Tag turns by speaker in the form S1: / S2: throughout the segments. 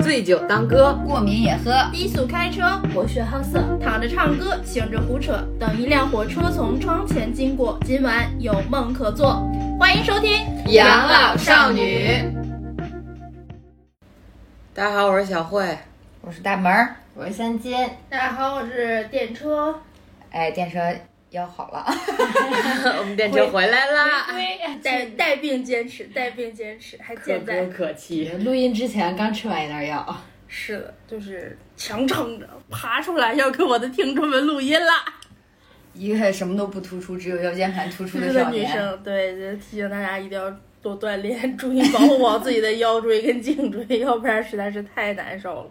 S1: 醉酒当歌，
S2: 过敏也喝。
S3: 低速开车，博学好色，躺着唱歌，醒着胡扯。等一辆火车从窗前经过，今晚有梦可做。欢迎收听《
S1: 养老少女》。大家好，我是小慧。
S2: 我是大门儿，
S4: 我是三金，
S3: 大家好，我是电车。
S2: 哎，电车腰好了，
S1: 我们电车回来啦，
S3: 带带病坚持，带病坚持，还
S1: 可
S3: 健在
S1: 歌。可泣。
S4: 录音之前刚吃完一袋药，
S3: 是的，就是强撑着爬出来，要给我的听众们录音啦。
S2: 一个什么都不突出，只有腰间盘突出
S3: 这
S2: 的
S3: 个
S2: 少
S3: 女
S2: 年。
S3: 生，对，就提醒大家一定要多锻炼，注意保护好自己的腰椎跟颈椎，要不然实在是太难 受了。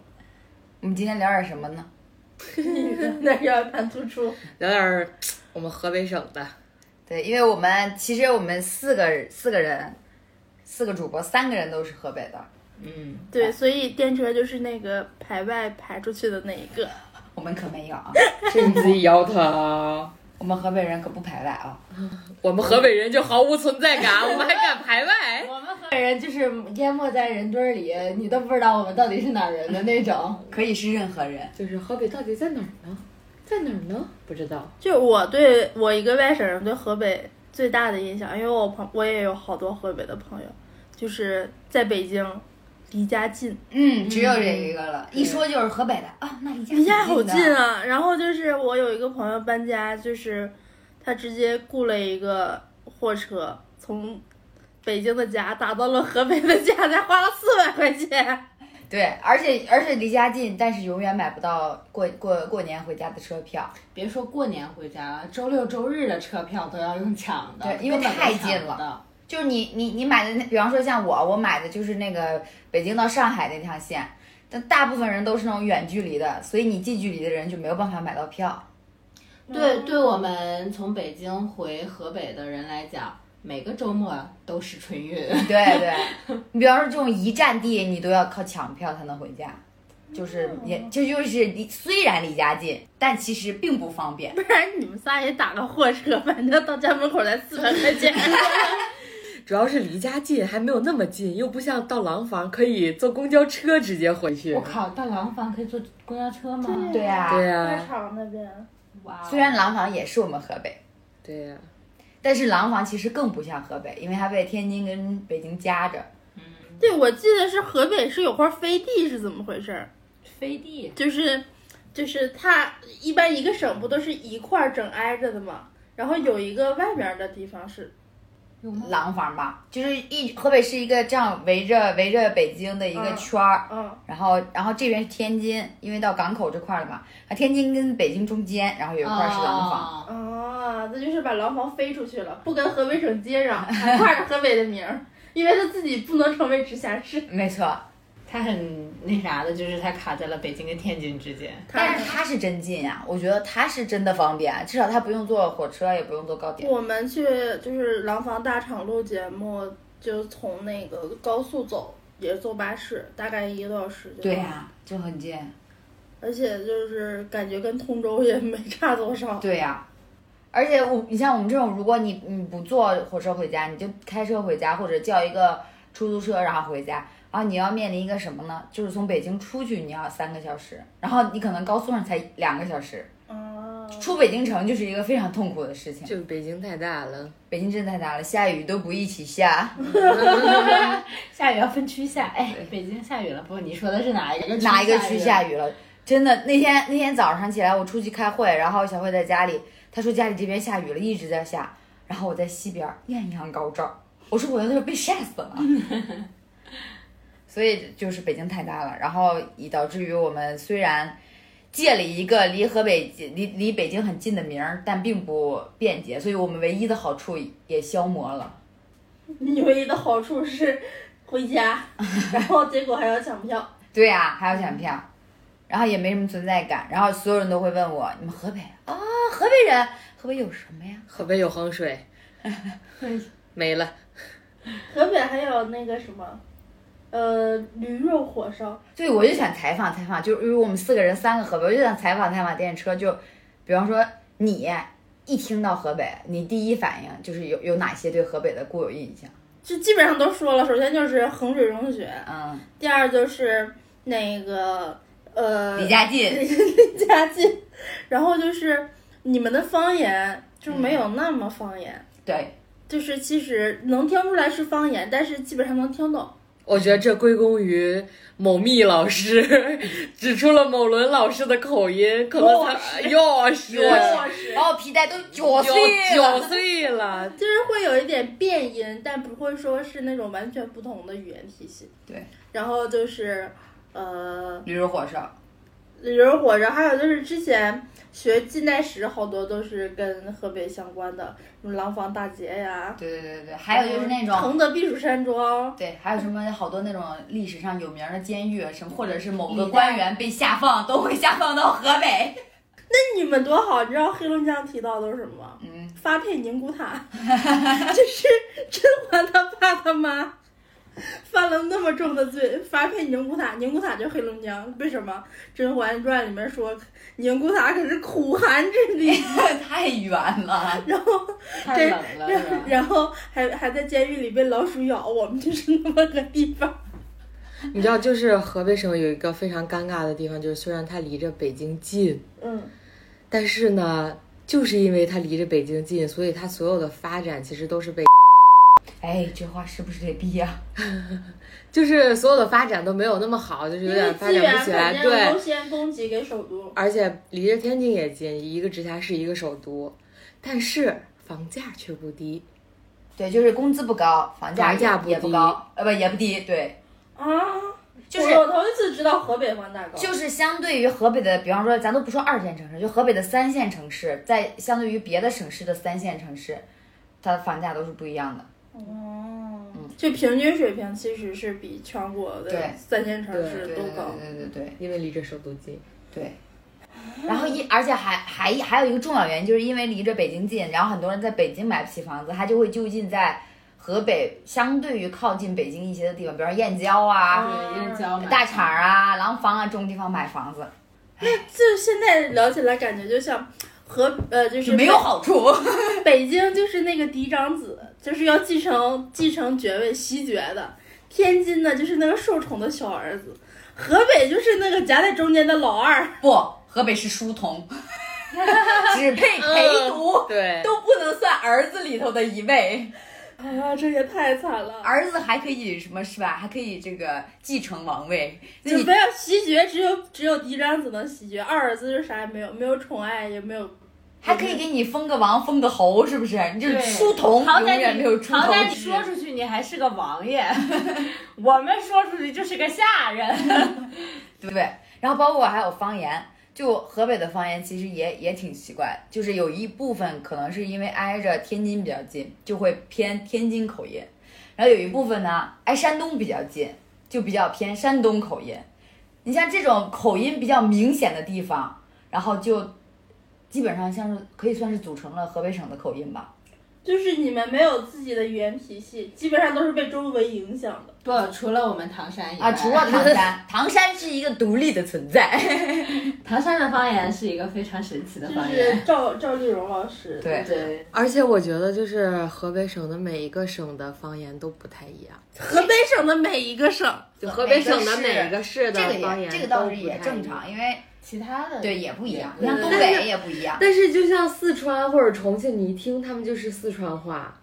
S2: 我们今天聊点什么呢？
S3: 那就要谈突出，
S1: 聊点儿我们河北省的，
S2: 对，因为我们其实我们四个四个人，四个主播，三个人都是河北的，哎
S1: 嗯，
S3: 对，所以电车就是那个排外排出去的那一个。
S2: 我们可没有 啊，
S1: 是你自己摇头。
S2: 我们河北人可不排外啊。
S1: 我们河北人就毫无存在感， 我们还敢排外？
S4: 我们河北人就是淹没在人堆里，你都不知道我们到底是哪儿人的那种。
S2: 可以是任何人，
S1: 就是河北到底在哪儿呢？在哪儿呢？不知道。
S3: 就我对我一个外省人对河北最大的印象，因为我朋我也有好多河北的朋友，就是在北京，离家近，
S2: 嗯，只有这一个了，一说就是河北的啊，那离家
S3: 离家好
S2: 挺
S3: 近
S2: 的，
S3: 啊。然后就是我有一个朋友搬家，就是他直接雇了一个货车从。北京的家打到了河北的家，才花了四百块钱。
S2: 对，而且而且离家近，但是永远买不到过过过年回家的车票，
S4: 别说过年回家了，周六周日的车票都要用抢的，
S2: 对因为
S4: 根本都
S2: 太近
S4: 抢不
S2: 了
S4: 到。
S2: 就是你你你买的那，比方说像我，我买的就是那个北京到上海那趟线，但大部分人都是那种远距离的，所以你近距离的人就没有办法买到票。
S4: 对，对我们从北京回河北的人来讲，每个周末都是春运。
S2: 对 对，你比方说这种一站地，你都要靠抢票才能回家，就是
S3: 哦
S2: 也这就是离虽然离家近，但其实并不方便
S3: 不。然你们仨也打个货车，反正到家门口才四百块 钱。
S1: 主要是离家近，还没有那么近，又不像到廊坊可以坐公交车直接回去
S4: 我。靠，到廊坊可以坐公交车吗？
S2: 对啊，
S1: 对呀、
S3: 大厂那边，
S4: 哇哦，
S2: 虽然廊坊也是我们河北，
S1: 对呀、
S2: 但是廊坊其实更不像河北，因为它被天津跟北京夹着。
S3: 对，我记得是河北是有块飞地，是怎么回事儿？
S4: 飞地，
S3: 就是，就是它一般一个省不都是一块儿整挨着的吗？然后有一个外面儿的地方是，
S4: 有吗？
S2: 廊坊吧，就是一河北是一个这样围着围着北京的一个圈儿，
S3: 嗯，
S2: 然后然后这边是天津，因为到港口这块儿了嘛，啊，天津跟北京中间，然后有一块儿是廊坊，
S4: 哦
S3: 啊，那就是把廊坊飞出去了，不跟河北省接壤，还挂着河北的名儿，因为他自己不能成为直辖市。
S2: 没错，
S4: 它很那啥的，就是它卡在了北京跟天津之间。
S2: 但是它是真近呀、我觉得它是真的方便，至少它不用坐火车，也不用坐高铁。
S3: 我们去就是廊坊大厂录节目，就从那个高速走，也是坐巴士，大概一个多小时就。
S2: 对呀、就很近。
S3: 而且就是感觉跟通州也没差多少。
S2: 对呀、而且我，你像我们这种，如果你你不坐火车回家，你就开车回家，或者叫一个出租车然后回家，然后你要面临一个什么呢？就是从北京出去你要三个小时，然后你可能高速上才两个小时，
S3: 啊，
S2: 出北京城就是一个非常痛苦的事情。
S1: 就是北京太大了，
S2: 北京真太大了，下雨都不一起下，
S4: 下雨要分区下，哎，北京下雨了，不，你说的是哪一个？
S2: 哪一个区
S4: 下
S2: 下
S4: 雨？
S2: 雨了？真的，那天那天早上起来，我出去开会，然后小慧在家里，她说家里这边下雨了，一直在下，然后我在西边艳阳高照，我说我要是被晒死了。所以就是北京太大了，然后以导致于我们虽然借了一个离河北离离北京很近的名儿，但并不便捷，所以我们唯一的好处也消磨了。
S3: 你唯一的好处是 回家，然后结果还要抢票。
S2: 对呀、还要抢票，然后也没什么存在感，然后所有人都会问我，你们河北啊、河北人，河北有什么呀？
S1: 河北有衡 水，没了。
S3: 河北还有那个什么，呃，驴肉火烧。
S2: 对，我就想采访采访，就是因为我们四个人三个河北，我就想采访采访电车，就比方说你一听到河北，你第一反应就是有有哪些对河北的固有印象？
S3: 就基本上都说了，首先就是衡水中学，
S2: 嗯，
S3: 第二就是那个呃
S2: 李佳进，
S3: 离家近，然后就是你们的方言就没有那么方言，
S2: 对，
S3: 就是其实能听出来是方言，但是基本上能听懂。
S1: 我觉得这归功于某密老师 指出了某伦老师的口音，可能他又是
S2: 又是
S1: 有
S3: 是
S2: 把我皮带都绞碎
S1: 九
S2: 了。
S1: 岁了，
S3: 就是会有一点变音，但不会说是那种完全不同的语言体系。
S2: 对，
S3: 然后就是呃，
S2: 驴肉火烧，
S3: 旅游火烧，还有就是之前学近代史，好多都是跟河北相关的，什么廊坊大捷呀，
S2: 对对对对对，还有就是那种。
S3: 承德避暑山庄，
S2: 对，还有什么好多那种历史上有名的监狱，啊什么或者是某个官员被下放，都会下放到河北。
S3: 你们多好，你知道黑龙江提到都是什么？
S2: 嗯，
S3: 发配宁古塔， 就是甄嬛她爸他妈犯了那么重的罪，发配宁古塔，宁古塔就是黑龙江。为什么《甄嬛传》里面说宁古塔可是苦寒之 地？
S2: 太远了。
S3: 然后，
S4: 太冷了是吧，
S3: 然后还还在监狱里被老鼠咬，我们就是那么个地方。
S1: 你知道，就是河北省有一个非常尴尬的地方，就是虽然它离着北京近，
S3: 嗯，
S1: 但是呢，就是因为它离着北京近，所以它所有的发展其实都是被，
S2: 哎，这话是不是得逼呀、
S1: 就是所有的发展都没有那么好，就是有
S3: 因
S1: 点
S3: 为
S1: 发
S3: 资源
S1: 展不
S3: 肯
S1: 起来。
S3: 定优
S1: 对，
S3: 先供给给首都。
S1: 而且离着天津也近，一个直辖市，一个首都，但是房价却不低。
S2: 对，就是工资不高，房价
S1: 房价
S2: 也
S1: 不
S2: 也不
S1: 低
S2: 高，呃，不也不低，对，
S3: 啊，
S2: 就是
S3: 我头一次知道河北房价高，
S2: 就是相对于河北的，比方说，咱都不说二线城市，就河北的三线城市，在相对于别的省市的三线城市，它的房价都是不一样的。
S3: 哦，就平均水平其实是比全国
S2: 嗯对
S3: 的三线城
S2: 对
S3: 市
S2: 对
S3: 都
S2: 对
S3: 高。
S2: 对对对
S1: 因为离着首都近，
S2: 对。然后
S5: 嗯
S2: 一，而且还还还有一个重要原因，就是因为离着北京近，然后很多人在北京买不起房子，他就会就近在河北相对于靠近北京一些的地方，比方说燕郊啊、
S4: 对，燕郊嘛
S2: 大厂啊、廊坊啊这种地方买房 子，
S3: 就现在聊起来，感觉就像河呃，就是
S2: 就没有好处。
S3: 北京就是那个嫡长子，就是要继承继承爵位袭爵的；天津呢，就是那个受宠的小儿子；河北就是那个夹在中间的老二。
S2: 不，河北是书童，只配
S5: 嗯
S2: 陪读。
S1: 对，
S2: 都不能算儿子里头的一位，
S3: 哎呀，这也太惨了！
S2: 儿子还可以什么是吧？还可以这个继承王位，那
S3: 就
S2: 你
S3: 没有袭爵，只有只有嫡长子能袭爵，二儿子就啥也没有，没有宠爱，也没有
S2: 还可以给你封个王，封个侯，是不是？你就是
S4: 对
S2: 书童，
S5: 好
S2: 永
S5: 歹
S2: 远
S5: 你
S2: 没有出头
S5: 好歹你
S2: 之日
S5: 说出去，你还是个王爷， 我们说出去就是个下人。
S2: 对不对？然后包括还有方言，就河北的方言其实也也挺奇怪，就是有一部分可能是因为挨着天津比较近，就会偏天津口音，然后有一部分呢挨山东比较近，就比较偏山东口音。你像这种口音比较明显的地方，然后就基本上像是可以算是组成了河北省的口音吧。
S3: 就是你们没有自己的语言体系，基本上都是被周围影响的。
S4: 不，除了我们唐山以外，
S2: 啊，除了唐 山，唐山是一个独立的存在。
S4: 唐山的方言是一个非常神奇的
S3: 就
S4: 方
S3: 是
S4: 言，
S3: 赵赵丽蓉老师，
S2: 对
S4: 对，
S1: 而且我觉得就是河北省的每一个省的方言都不太一样，
S3: 河北省的每一个省，
S1: 就河北省的
S2: 每个市
S1: 每一个市
S2: 这
S1: 的
S2: 个
S1: 方
S2: 也
S1: 言
S2: 这个倒
S1: 都
S2: 是
S1: 不
S2: 也
S1: 太
S2: 正
S1: 一样
S2: 常，因为
S4: 其他的
S2: 对也不一样，你
S4: 也
S2: 像东北也不一样。
S1: 但是就像四川或者重庆，你一听他们就是四川话，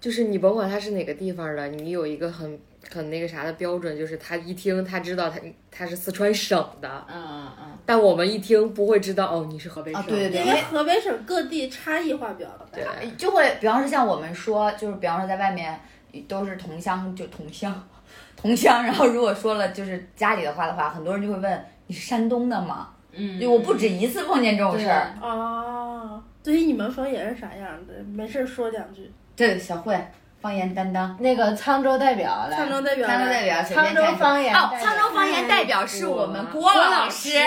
S1: 就是你甭管他是哪个地方的，你有一个很很那个啥的标准，就是他一听他知道他他是四川省的，
S4: 嗯嗯
S1: 但我们一听不会知道哦，你是河北省。
S2: 啊，对对对，
S3: 因
S2: 因
S3: 为
S2: 为
S3: 河北省各地差异化比较大。
S2: 就会，比方说像我们说，就是比方说在外面都是同乡，就同乡， 同乡。然后如果说了就是家里的话的话，很多人就会问你是山东的吗？
S4: 嗯，
S2: 就我不止一次碰见这种
S4: 对
S2: 事儿。
S3: 啊，对于你们方言是啥样的？没事儿说两句。
S2: 对，小慧，方言担当，
S4: 那个沧州代表来，
S3: 沧州代表，
S2: 沧州代表，随
S4: 沧
S2: 便
S4: 州
S2: 看
S4: 方言
S2: 哦，
S4: 代表
S2: 沧州方言代表是我们
S1: 我
S2: 郭
S1: 郭
S2: 老
S1: 老
S2: 师。
S1: 师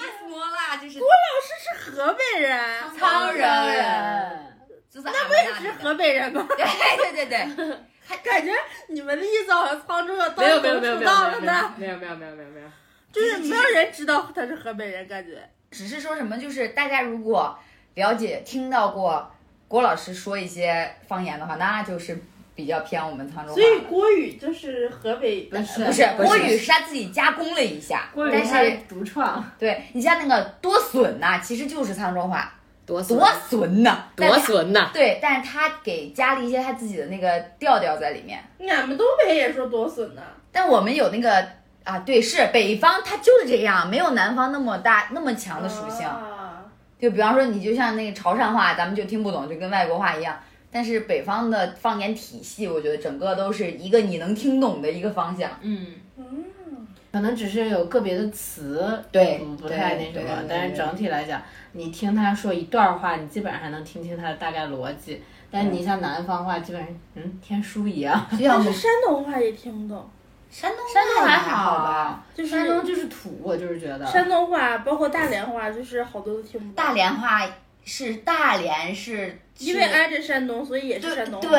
S2: Yes，摩啦，这是
S3: 是河北人，
S2: 沧州人，
S4: 人，
S2: 就是那不也
S3: 是河北人吗？
S2: 对对对对。
S3: 感觉你们的意思好像沧州的 都
S1: 没有没有没有
S3: 知
S1: 没有
S3: 道了呢，
S1: 没有没有没有没有没有，
S3: 就是没有人知道他是河北人，感觉。
S2: 只是说什么，就是大家如果了解、听到过郭老师说一些方言的话，那就是比较偏我们沧州话
S3: 所以
S2: 了。
S3: 郭宇就是河北的，
S4: 不是
S2: 不是
S1: 不是
S2: 郭宇是他自己加工了一下，
S6: 郭宇
S2: 但
S6: 他
S2: 是
S4: 独创，
S2: 对你像那个多笋呐、其实就是沧州话，
S1: 多损
S2: 多笋呐、但
S1: 多
S2: 他
S1: 损呐！
S2: 对，但是他给加了一些他自己的那个调调在里面。
S3: 俺们东北也说多损呢。
S2: 但我们有那个啊，对，是北方，它就是这样，没有南方那么大那么强的属性。
S3: 啊
S2: 就比方说，你就像那个潮汕话，咱们就听不懂，就跟外国话一样。但是北方的方言体系，我觉得整个都是一个你能听懂的一个方向。
S4: 嗯，
S3: 嗯，
S4: 可能只是有个别的词
S2: 对
S4: 不不
S2: 对
S4: 太那什
S2: 对
S4: 么
S2: 对，
S4: 但是
S2: 对
S4: 整体来讲，你听他说一段话，你基本上还能听清他的大概逻辑。但你像南方话，基本上嗯天书一样。
S2: 就像
S3: 但
S2: 我
S3: 是
S2: 们
S3: 山东话也听不懂，
S2: 山东
S4: 山东
S2: 还
S4: 还好
S2: 吧？
S3: 就是
S4: 山东就是土，我就是觉得。
S3: 山东话，包括大连话，就是好多都听不懂。
S2: 大，连话是大连是，
S3: 因
S2: 是
S3: 为挨着山东，所以也是
S2: 对
S3: 山东。
S2: 对，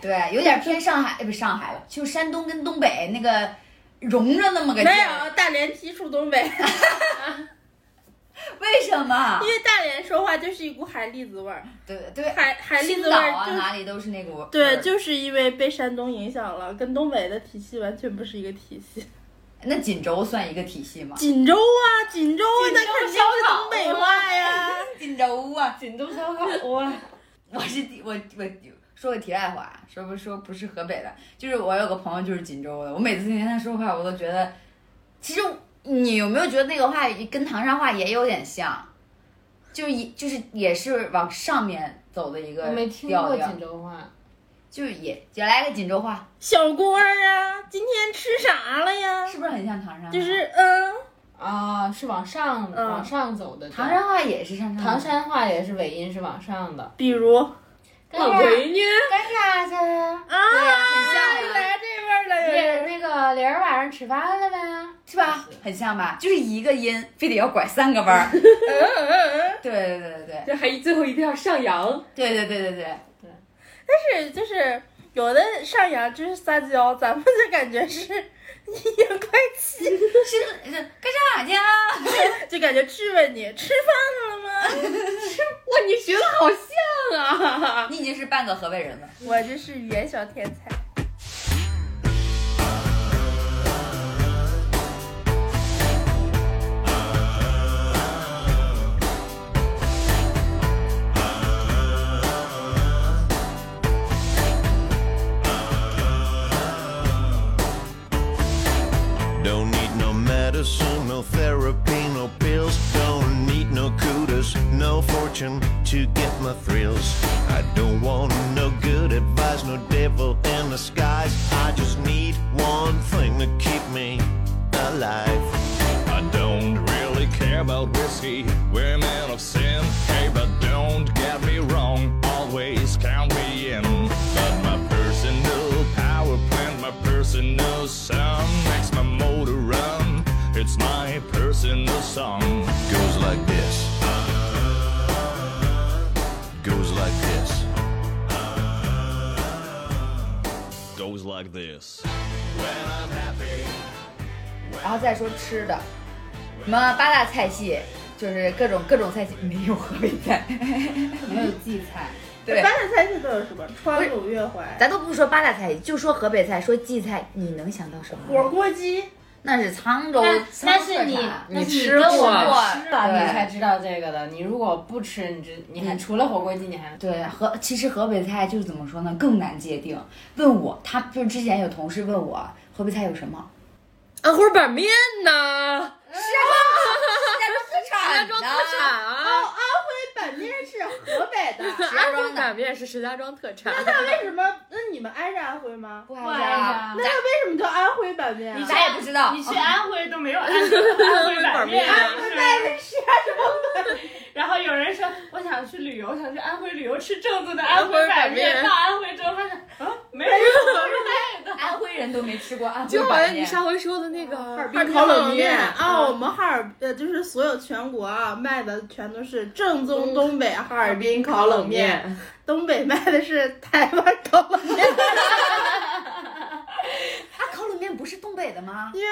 S2: 对，有点偏上海，哎不是上海了，就山东跟东北那个融着那么个劲
S3: 没
S2: 儿。
S3: 有大连踢出东北，
S2: 为什么
S3: 因？为大连说话就是一股海蛎子味 儿，
S2: 对对，
S3: 海海蛎
S2: 青
S3: 子
S2: 岛
S3: 味儿
S2: 啊
S3: 就是
S2: 哪里都是那股味儿。
S3: 对，就是因为被山东影响了，跟东北的体系完全不是一个体系。
S2: 那锦州算一个体系吗？
S3: 锦州啊，锦州
S6: 锦州
S3: 那肯定是东北话呀。
S2: 锦州啊，
S6: 锦州烧烤，哇，
S2: 我是第我我说个题外话啊，说不说不是河北的，就是我有个朋友就是锦州的，我每次听他说话，我都觉得，其实你有没有觉得那个话跟长沙话也有点像，就一就是也是往上面走的一个
S4: 我没听
S2: 调
S4: 过
S2: 调
S4: 锦，州话，
S2: 就也也来个锦州话，
S3: 小锅儿啊，今天吃啥了呀？
S2: 是不是很像长沙话？
S3: 就是嗯，
S4: 啊，是往上、
S3: 嗯
S4: 往上走的。
S2: 长沙话也是上
S4: 唐
S2: 沙
S4: 山话也是尾音是往上的。
S3: 比如
S4: 干啥？
S1: 呢？
S4: 干啥去？
S3: 啊，
S2: 很像呀
S3: 来这味儿了
S4: 也那个玲儿晚上吃饭了呗？
S2: 是吧？很像吧？就是一个音，非得要拐三个弯儿。对对对对对
S1: 这还最后一定要上扬，
S2: 对对对对对。
S3: 是就是有的上扬就是撒娇，咱们就感觉是 一言快气，
S2: 是是干啥去啊？
S3: 就感觉质问你吃饭了吗？
S1: 哇，你学的好像啊！
S2: 你已经是半个河北人了。
S3: 我这是语言小天才。
S7: Don't need no medicine, no therapy, no pills. Don't need no kudos, no fortune to get my thrills. I don't want no good advice, no devil in the skies. I just need one thing to keep me alive. I don't really care about whiskey, women of sin. Hey, but don't get me wrong, always count me in. But my personal power plant, my personal sound makes my motor run. It's my personal song. Goes like this. Goes like this. Goes like this.
S2: 然后再说吃的，什么八大菜系，就是各种各种菜系，没有河北菜。
S4: 没有荠菜，
S2: 对
S3: 八，大菜系都有什么？川鲁粤淮、
S2: 咱都不说八大菜系，就说河北菜，说荠菜，你能想到什
S3: 火
S2: 么？
S3: 锅鸡，
S2: 那是沧州
S4: 但，但
S2: 沧
S4: 是
S2: 特
S4: 你
S2: 产
S4: 那
S1: 你
S4: 是你
S1: 吃
S4: 跟
S1: 过
S4: 我们
S2: 对
S4: 吃了，啊你才知道这个的。你如果不吃，你知你还除了火锅鸡，你还
S2: 对河，其实河北菜就是怎么说呢，更难界定。问我，他就是之前有同事问我河北菜有什么，
S1: 安徽板面呢？石家
S2: 石
S1: 庄特产啊！
S3: 安徽板面是河北的，
S2: 石家
S1: 安
S2: 庄
S1: 徽
S2: 的
S1: 板面是石家庄特产。
S3: 那为什么？那你们挨着安徽吗？
S2: 不
S6: 不
S2: 挨
S6: 挨
S2: 家
S6: 家
S2: 啊，
S3: 那为什么叫安徽板面
S6: 你
S3: 啊？
S6: 家
S2: 咱也不知道。
S6: 你去安徽都没有安 安徽板面，
S1: 安
S6: 是
S3: 是
S6: 然后有人说我想去旅游，想去安徽旅游吃正宗的安
S1: 安徽
S6: 徽
S1: 板
S6: 板面，
S1: 面
S6: 到安徽之后发现啊没有，没有
S2: 安徽人都没吃过啊安徽
S1: 就好
S2: 板
S1: 像
S2: 面。
S1: 你上回说的那个哈
S3: 哈尔滨烤冷面啊，我们哈尔呃，就是所有全国啊卖的全都是正宗东北哈尔滨烤冷面，，东北卖的是台湾烤冷面，
S2: 啊，烤冷面不是东北的吗？
S3: 因为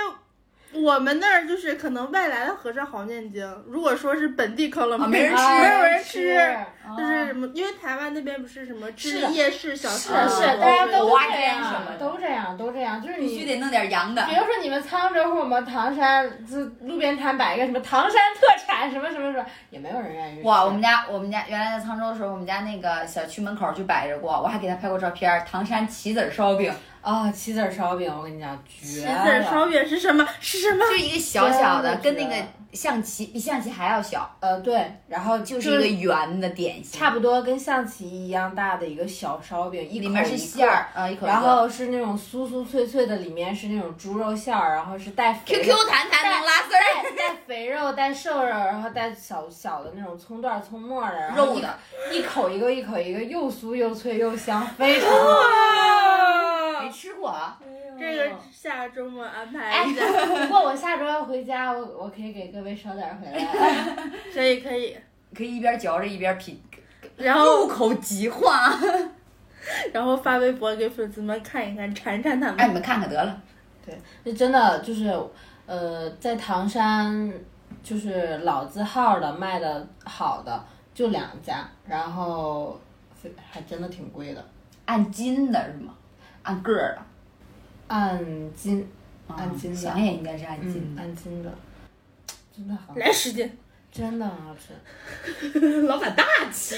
S3: 我们那儿就是可能外来的和尚好念经，如果说是本地坑了，
S2: 啊没人吃
S3: 没有人
S8: 吃
S3: 吃，
S2: 哦
S3: 就是什么，因为台湾那边不是什么
S4: 是
S3: 吃
S4: 的
S3: 夜市小吃，啊
S4: 是是，大家都
S2: 我
S4: 这
S2: 爱吃什么
S4: 样，
S2: 的
S4: 都这样，都这样，就是
S2: 必须
S4: 你。
S2: 得弄点洋的
S4: 比。如说你们沧州或我们唐山，就路边摊摆一个什么唐山特产什么什么什么，也没有人愿意吃。
S2: 哇，我们家我们家原来在沧州的时候，我们家那个小区门口就摆着过，我还给他拍过照片儿。唐山棋子烧饼，
S4: 啊、棋子儿烧饼，我跟你讲，
S3: 棋子
S4: 绝
S3: 烧
S4: 了。
S3: 饼是什么？是什么？
S2: 就一个小小的，
S4: 真
S2: 跟
S4: 的
S2: 那个象棋比象棋还要小，
S4: 呃，对，然后
S2: 就
S4: 就是
S2: 一个圆的点心，
S4: 差不多跟象棋一样大的一个小烧饼，一口
S2: 里面是
S4: 一
S2: 馅
S4: 个
S2: 儿，啊，一口一个。
S4: 然后是那种酥酥脆脆的，里面是那种猪肉馅儿，然后是带肥
S2: QQ
S4: 肉
S2: 弹弹能拉丝儿，
S4: 带带肥肉、带瘦肉，然后带小小的那种葱段儿、葱末儿的，然后
S2: 肉
S4: 一
S2: 的，
S4: 一口一个，一口一个，又酥又脆又香，非常好。
S2: 没吃过啊。
S3: 这个下周末安排
S4: 哎
S3: 一下，
S4: 不过我下周要回家，我我可以给各位捎点儿回来。
S3: 可以可以。
S2: 可以一边嚼着一边品，
S3: 然
S2: 入
S3: 后
S2: 口即化。
S3: 然后发微博给粉丝们看一看，馋馋他
S2: 哎，
S3: 们。
S2: 你们看看得了，
S4: 那真的就是，呃，在唐山就是老字号的卖的好的就两家，然后非还真的挺贵的，
S2: 按斤的是吗？按个儿的。
S4: 按斤
S2: 啊
S4: 按斤的
S2: 想也应该是按斤的。
S4: 按斤的，真的很
S3: 来十斤，
S4: 真的很好吃。
S1: 老板大气，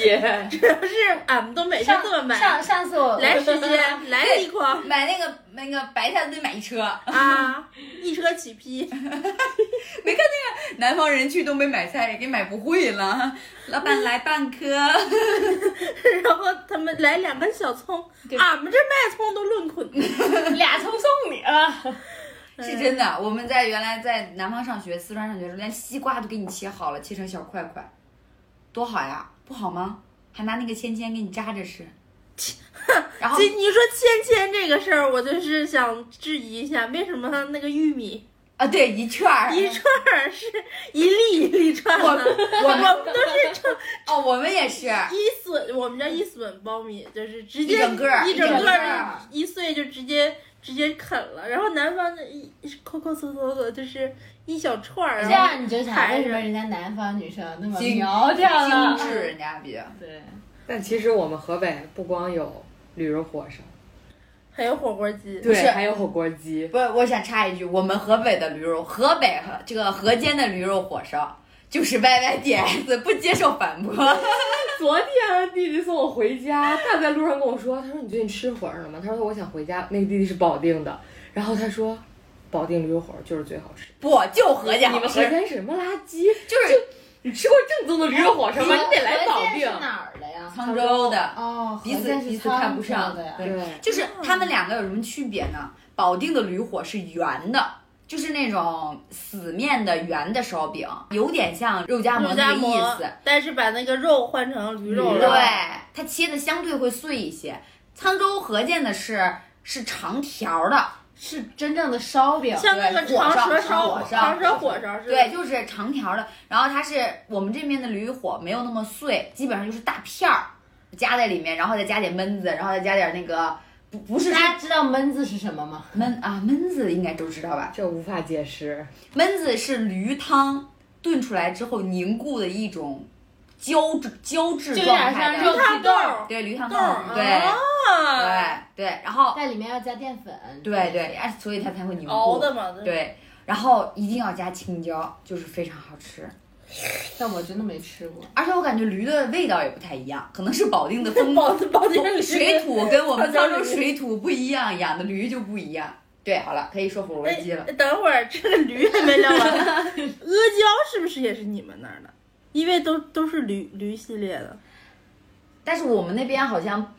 S3: 主要是俺们东北是
S4: 上
S3: 这么买，
S4: 上上次我
S3: 来十斤，来一筐
S2: 买那个那个白菜得买一车，
S3: 啊，一车起批。
S2: 南方人去东北买菜给买不会了。 老板来半颗，
S3: 然后他们来两根小葱，俺们这卖葱都论捆。
S4: 俩葱送你啊！
S2: 是真的。我们在原来在南方上学，四川上学的时候，连西瓜都给你切好了，切成小块块，多好呀！不好吗？还拿那个签签给你扎着 吃。然后
S3: 这你说芊芊这个事儿，我就是想质疑一下，为什么那个玉米
S2: 啊，对，一圈儿，
S3: 一串儿是一粒一粒串的？我 们都是称
S2: 哦，我们也是，
S3: 一笋，我们叫一笋苞米，就是直接
S2: 一整个儿
S3: 一整
S2: 一整
S3: 个
S2: 个
S3: 儿
S2: 儿
S3: 就一碎就直接直接啃了。然后南方的一抠抠搜搜的，就是一小串儿，
S4: 这
S3: 然后
S4: 样你就想为什么人家南方女生那么
S2: 精
S4: 苗条
S2: 精
S4: 呢？
S2: 致人家比较。
S4: 对，
S1: 但其实我们河北不光有驴肉火烧，
S3: 还有火锅鸡。
S2: 不是
S1: 还有火锅鸡，
S2: 不是，我想插一句，我们河北的驴肉，河北和这个河间的驴肉火烧，就是 Y Y D S，不接受反驳。
S1: 昨天啊弟弟送我回家，他在路上跟我说，他说你最近吃火烧了吗？他说我想回家。那个弟弟是保定的，然后他说，保定驴肉火烧就是最好吃。
S2: 不，就河间
S1: 你们
S2: 好
S1: 河
S2: 吃，
S1: 间什么垃圾？啊
S2: 就是
S1: 你吃过正宗的驴肉火烧吗？
S4: 河
S1: 哎你得来保
S4: 河间
S1: 定。
S4: 是哪儿的呀？
S2: 沧州的，
S4: 哦，
S2: 彼
S4: 河
S2: 此
S4: 间是
S2: 彼此看不
S4: 沧州
S2: 上
S4: 的呀。
S1: 对，
S2: 就是他们两个有什么区别呢？保定的驴火是圆的。就是那种死面的圆的烧饼，有点像肉夹馍
S3: 肉
S2: 那
S3: 夹
S2: 个
S3: 馍
S2: 意思。，
S3: 但是把那个肉换成驴肉
S1: 驴
S3: 了。
S1: 肉
S2: 对，它切的相对会碎一些。沧州河间的是是长条的，
S4: 是真正的烧饼，
S3: 像那个
S2: 对火
S3: 长
S2: 烧
S3: 舌
S2: 长
S3: 烧、
S2: 火烧
S3: 长舌火烧是
S2: 对，就是长条的。然后它是我们这边的驴火没有那么碎，基本上就是大片儿夹在里面，然后再加点焖子，然后再加点那个不不是
S4: 大家知道焖子是什么吗？
S2: 焖啊焖子应该都知道吧？
S1: 这无法解释。
S2: 焖子是驴汤炖出来之后凝固的一种胶质胶质
S4: 就有
S2: 状
S4: 点
S2: 态
S4: 像
S2: 的
S4: 肉，
S3: 大
S4: 皮
S3: 豆
S4: 冻，
S3: 儿
S2: 对驴汤
S3: 豆
S2: 冻
S3: 儿，
S2: 嗯对、
S3: 啊，
S2: 对对，然后
S4: 在里面要加淀粉。
S2: 对对，哎，所以它才会凝固，
S3: 熬的嘛，对
S2: 对，然后一定要加青椒，就是非常好吃。
S4: 但我真的没吃过。
S2: 而且我感觉驴的味道也不太一样，可能是 保定的风
S3: 保保定驴
S2: 水土跟我们
S3: 保
S2: 沧
S3: 定
S2: 州
S3: 驴
S2: 水土不一样，养的驴就不一样。对，好了，可以说火锅鸡了。
S3: 哎等会儿这个驴还没聊完， 阿胶是不是也是你们那儿的？因为都都是驴驴系列的，
S2: 但是我们那边好像，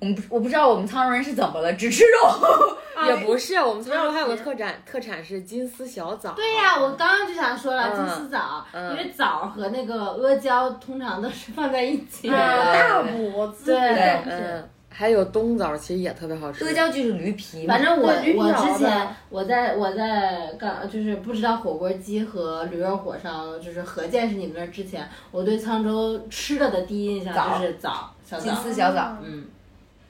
S2: 我们不我不知道我们沧州人是怎么了，只吃 肉。
S1: 也不是，我们沧州还有个特产，特产是金丝小枣。
S4: 对呀、我刚刚就想说了
S1: 嗯
S4: 金丝枣，
S1: 嗯
S4: 因为枣和那个阿胶通常都是放在一起
S3: 啊
S4: 的。
S3: 大补滋补
S4: 对
S1: 嗯，还有冬枣，其实也特别好吃。
S2: 阿胶就是驴皮嘛
S4: 反，正我
S3: 对驴
S4: 我
S3: 脑
S4: 之前
S3: 的
S4: 我在我在刚就是不知道火锅鸡和驴肉火烧就是何健是你们那儿之前，我对沧州吃的的第一印象
S2: 枣
S4: 就是枣小
S2: 金
S4: 枣，
S2: 丝小枣
S4: 嗯，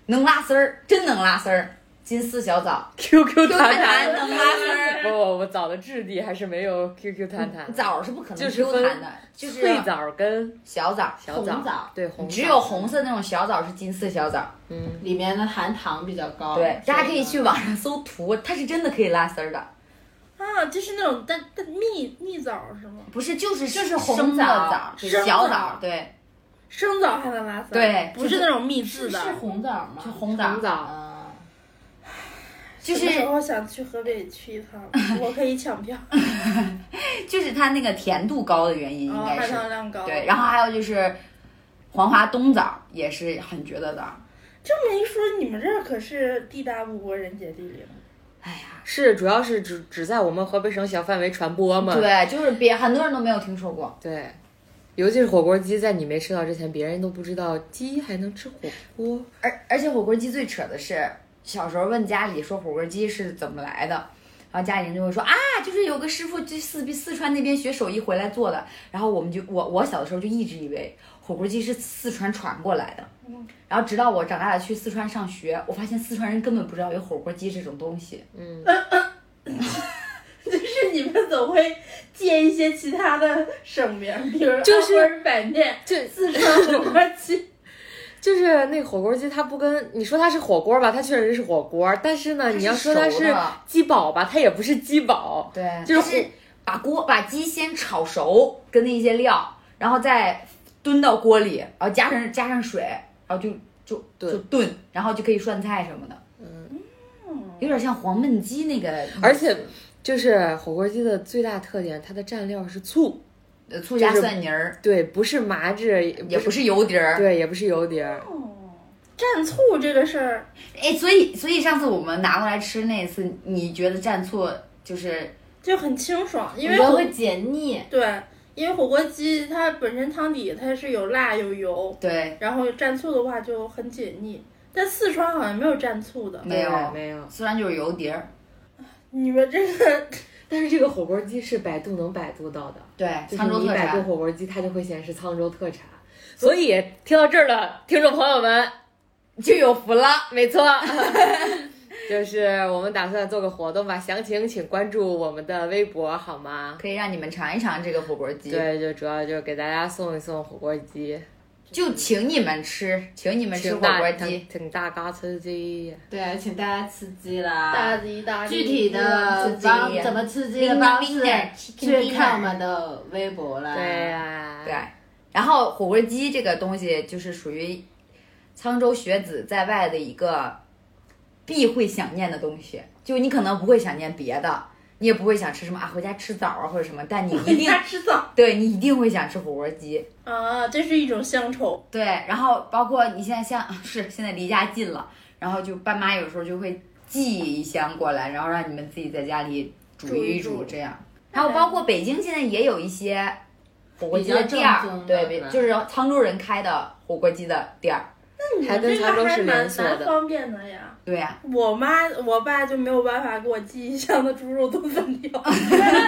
S2: 能拉丝儿，真能拉丝儿。金丝小枣、
S1: QQ 弹
S2: 弹
S1: 弹。
S2: 能拉分儿。
S1: 不，我枣的质地还是没有 QQ 弹弹。
S2: 枣儿是不可能
S1: 嗯就是
S2: 丢
S1: 分
S2: 弹的，就是
S1: 脆枣儿跟
S2: 小枣儿，
S1: 小枣儿，
S4: 红枣儿
S1: 对红枣儿，
S2: 只有红色那种小枣儿是金丝小枣儿。
S1: 嗯，
S4: 里面的含糖比较高。
S2: 对，大家可以
S4: 所
S2: 去网上搜图，它是真的可以拉丝儿的，
S3: 啊，就是那种蛋蛋蜜蜜枣是吗？
S2: 不是就是
S4: 就是红
S2: 生的
S4: 枣
S2: 枣
S4: 儿
S2: 儿，对
S3: 生
S2: 小
S3: 枣
S2: 枣
S3: 儿
S2: 儿，对，
S3: 生枣还能拉丝儿，
S2: 对
S3: 不是那种蜜制
S4: 以呢
S3: 的。啊
S4: 是红枣吗？
S2: 就红枣嗯
S1: 红
S2: 儿，
S1: 枣儿。
S4: 啊，
S2: 就
S3: 什么时
S2: 是
S3: 候想去河北去一趟，我可以抢 票，
S2: 就是它那个甜度高的原因
S3: 然
S2: 应
S3: 后
S2: 该
S3: 啊含
S2: 是
S3: 糖量高。
S2: 对，然后还有就是黄花冬枣儿也是很绝的枣儿。
S3: 这么一说，你们这儿可是地大物博，人杰地灵。
S2: 哎呀，
S1: 是主要是只只在我们河北省小范围传播嘛。
S2: 对，就是别很多人都没有听说过。
S1: 对尤其是火锅鸡，在你没吃到之前，别人都不知道鸡还能吃火锅。
S2: 而而且火锅鸡最扯的是，小时候问家里说火锅鸡是怎么来的，然后家里人就会说啊，就是有个师傅就四四川那边学手艺回来做的。然后我们就我我小的时候就一直以为火锅鸡是四川传过来的，然后直到我长大了去四川上学，我发现四川人根本不知道有火锅鸡这种东西。
S3: 就是你们总会借一些其他的省名，比如
S1: 就是
S3: 安徽百面、
S1: 这
S3: 四川火锅鸡。
S1: 就是那火锅鸡，它不跟你说它是火锅吧，它确实是火锅，但是呢，
S2: 是
S1: 你要说它
S2: 熟
S1: 是
S2: 的
S1: 鸡煲吧，它也不是鸡煲。
S2: 对
S1: 就是
S2: 就是把锅把鸡先炒熟，跟那些料，然后再炖到锅里，然后加上加上水，然后就就
S1: 对
S2: 就炖，然后就可以涮菜什么的。嗯，有点像黄焖鸡那个，
S1: 而且就是火锅鸡的最大特点，它的蘸料是醋，
S2: 呃醋加
S1: 就是
S2: 蒜泥儿，
S1: 对，不是麻质，
S2: 也不是油碟儿。
S1: 对，也不是油碟儿。
S3: 蘸醋这个事儿，
S2: 哎，所以所以上次我们拿过来吃那次，你觉得蘸醋就是
S3: 就很清爽，因
S4: 因
S3: 为
S4: 为
S3: 火
S4: 会解腻。
S3: 对，因为火锅鸡它本身汤底它是有辣有油，
S2: 对
S3: 然后蘸醋的话就很解腻。但四川好像没有蘸醋的，
S2: 没有
S1: 对没有，
S2: 虽然就是油碟儿，
S3: 你们这 个
S1: 但是这个火锅鸡是百度能百度到的，
S2: 对
S1: 就是
S2: 沧州
S1: 你
S2: 特
S1: 百度
S2: 产。
S1: 火锅鸡，它就会显示沧州特产。所以听到这儿的听众朋友们，
S2: 就有福了，
S1: 没错，就是我们打算做个活动吧，详情请关注我们的微博好吗？
S2: 可以让你们尝一尝这个火锅鸡。
S1: 对，就主要就是给大家送一送火锅鸡，
S2: 就请你们吃，请你们吃火锅鸡。
S1: 挺挺大嘎吃鸡。
S4: 对，请大家吃鸡啦。
S3: 大吉大利
S4: 具体的
S2: 刺激
S4: 方怎么刺激的方式
S2: Winner, chicken
S4: 去看我们的微博啦。
S1: 对呀、
S2: 对，啊然后火锅鸡这个东西就是属于沧州学子在外的一个必会想念的东西，就你可能不会想念别的，你也不会想吃什么啊，回家吃枣啊或者什么，但你一
S3: 你
S2: 定
S3: 家吃枣
S2: 对你一定会想吃火锅鸡。
S3: 啊，这是一种乡愁。
S2: 对，然后包括你现在像 是现在离家近了，然后就爸妈有时候就会寄一箱过来，然后让你们自己在家里煮
S3: 煮
S2: 一
S3: 一
S2: 煮
S3: 煮
S2: 这样。还有包括北京现在也有一些火锅鸡的店
S4: 比较正
S2: 儿，
S4: 宗的
S2: 对，比
S4: 是吧
S2: 就是沧州人开的火锅鸡的店儿。
S3: 那你
S1: 还
S3: 们
S1: 跟
S3: 这个
S1: 沧州
S3: 还
S1: 是连
S3: 蛮
S1: 锁
S3: 蛮
S1: 的
S3: 方便的呀。
S2: 对啊呀、
S3: 我妈我爸就没有办法给我寄一箱的猪肉炖粉条，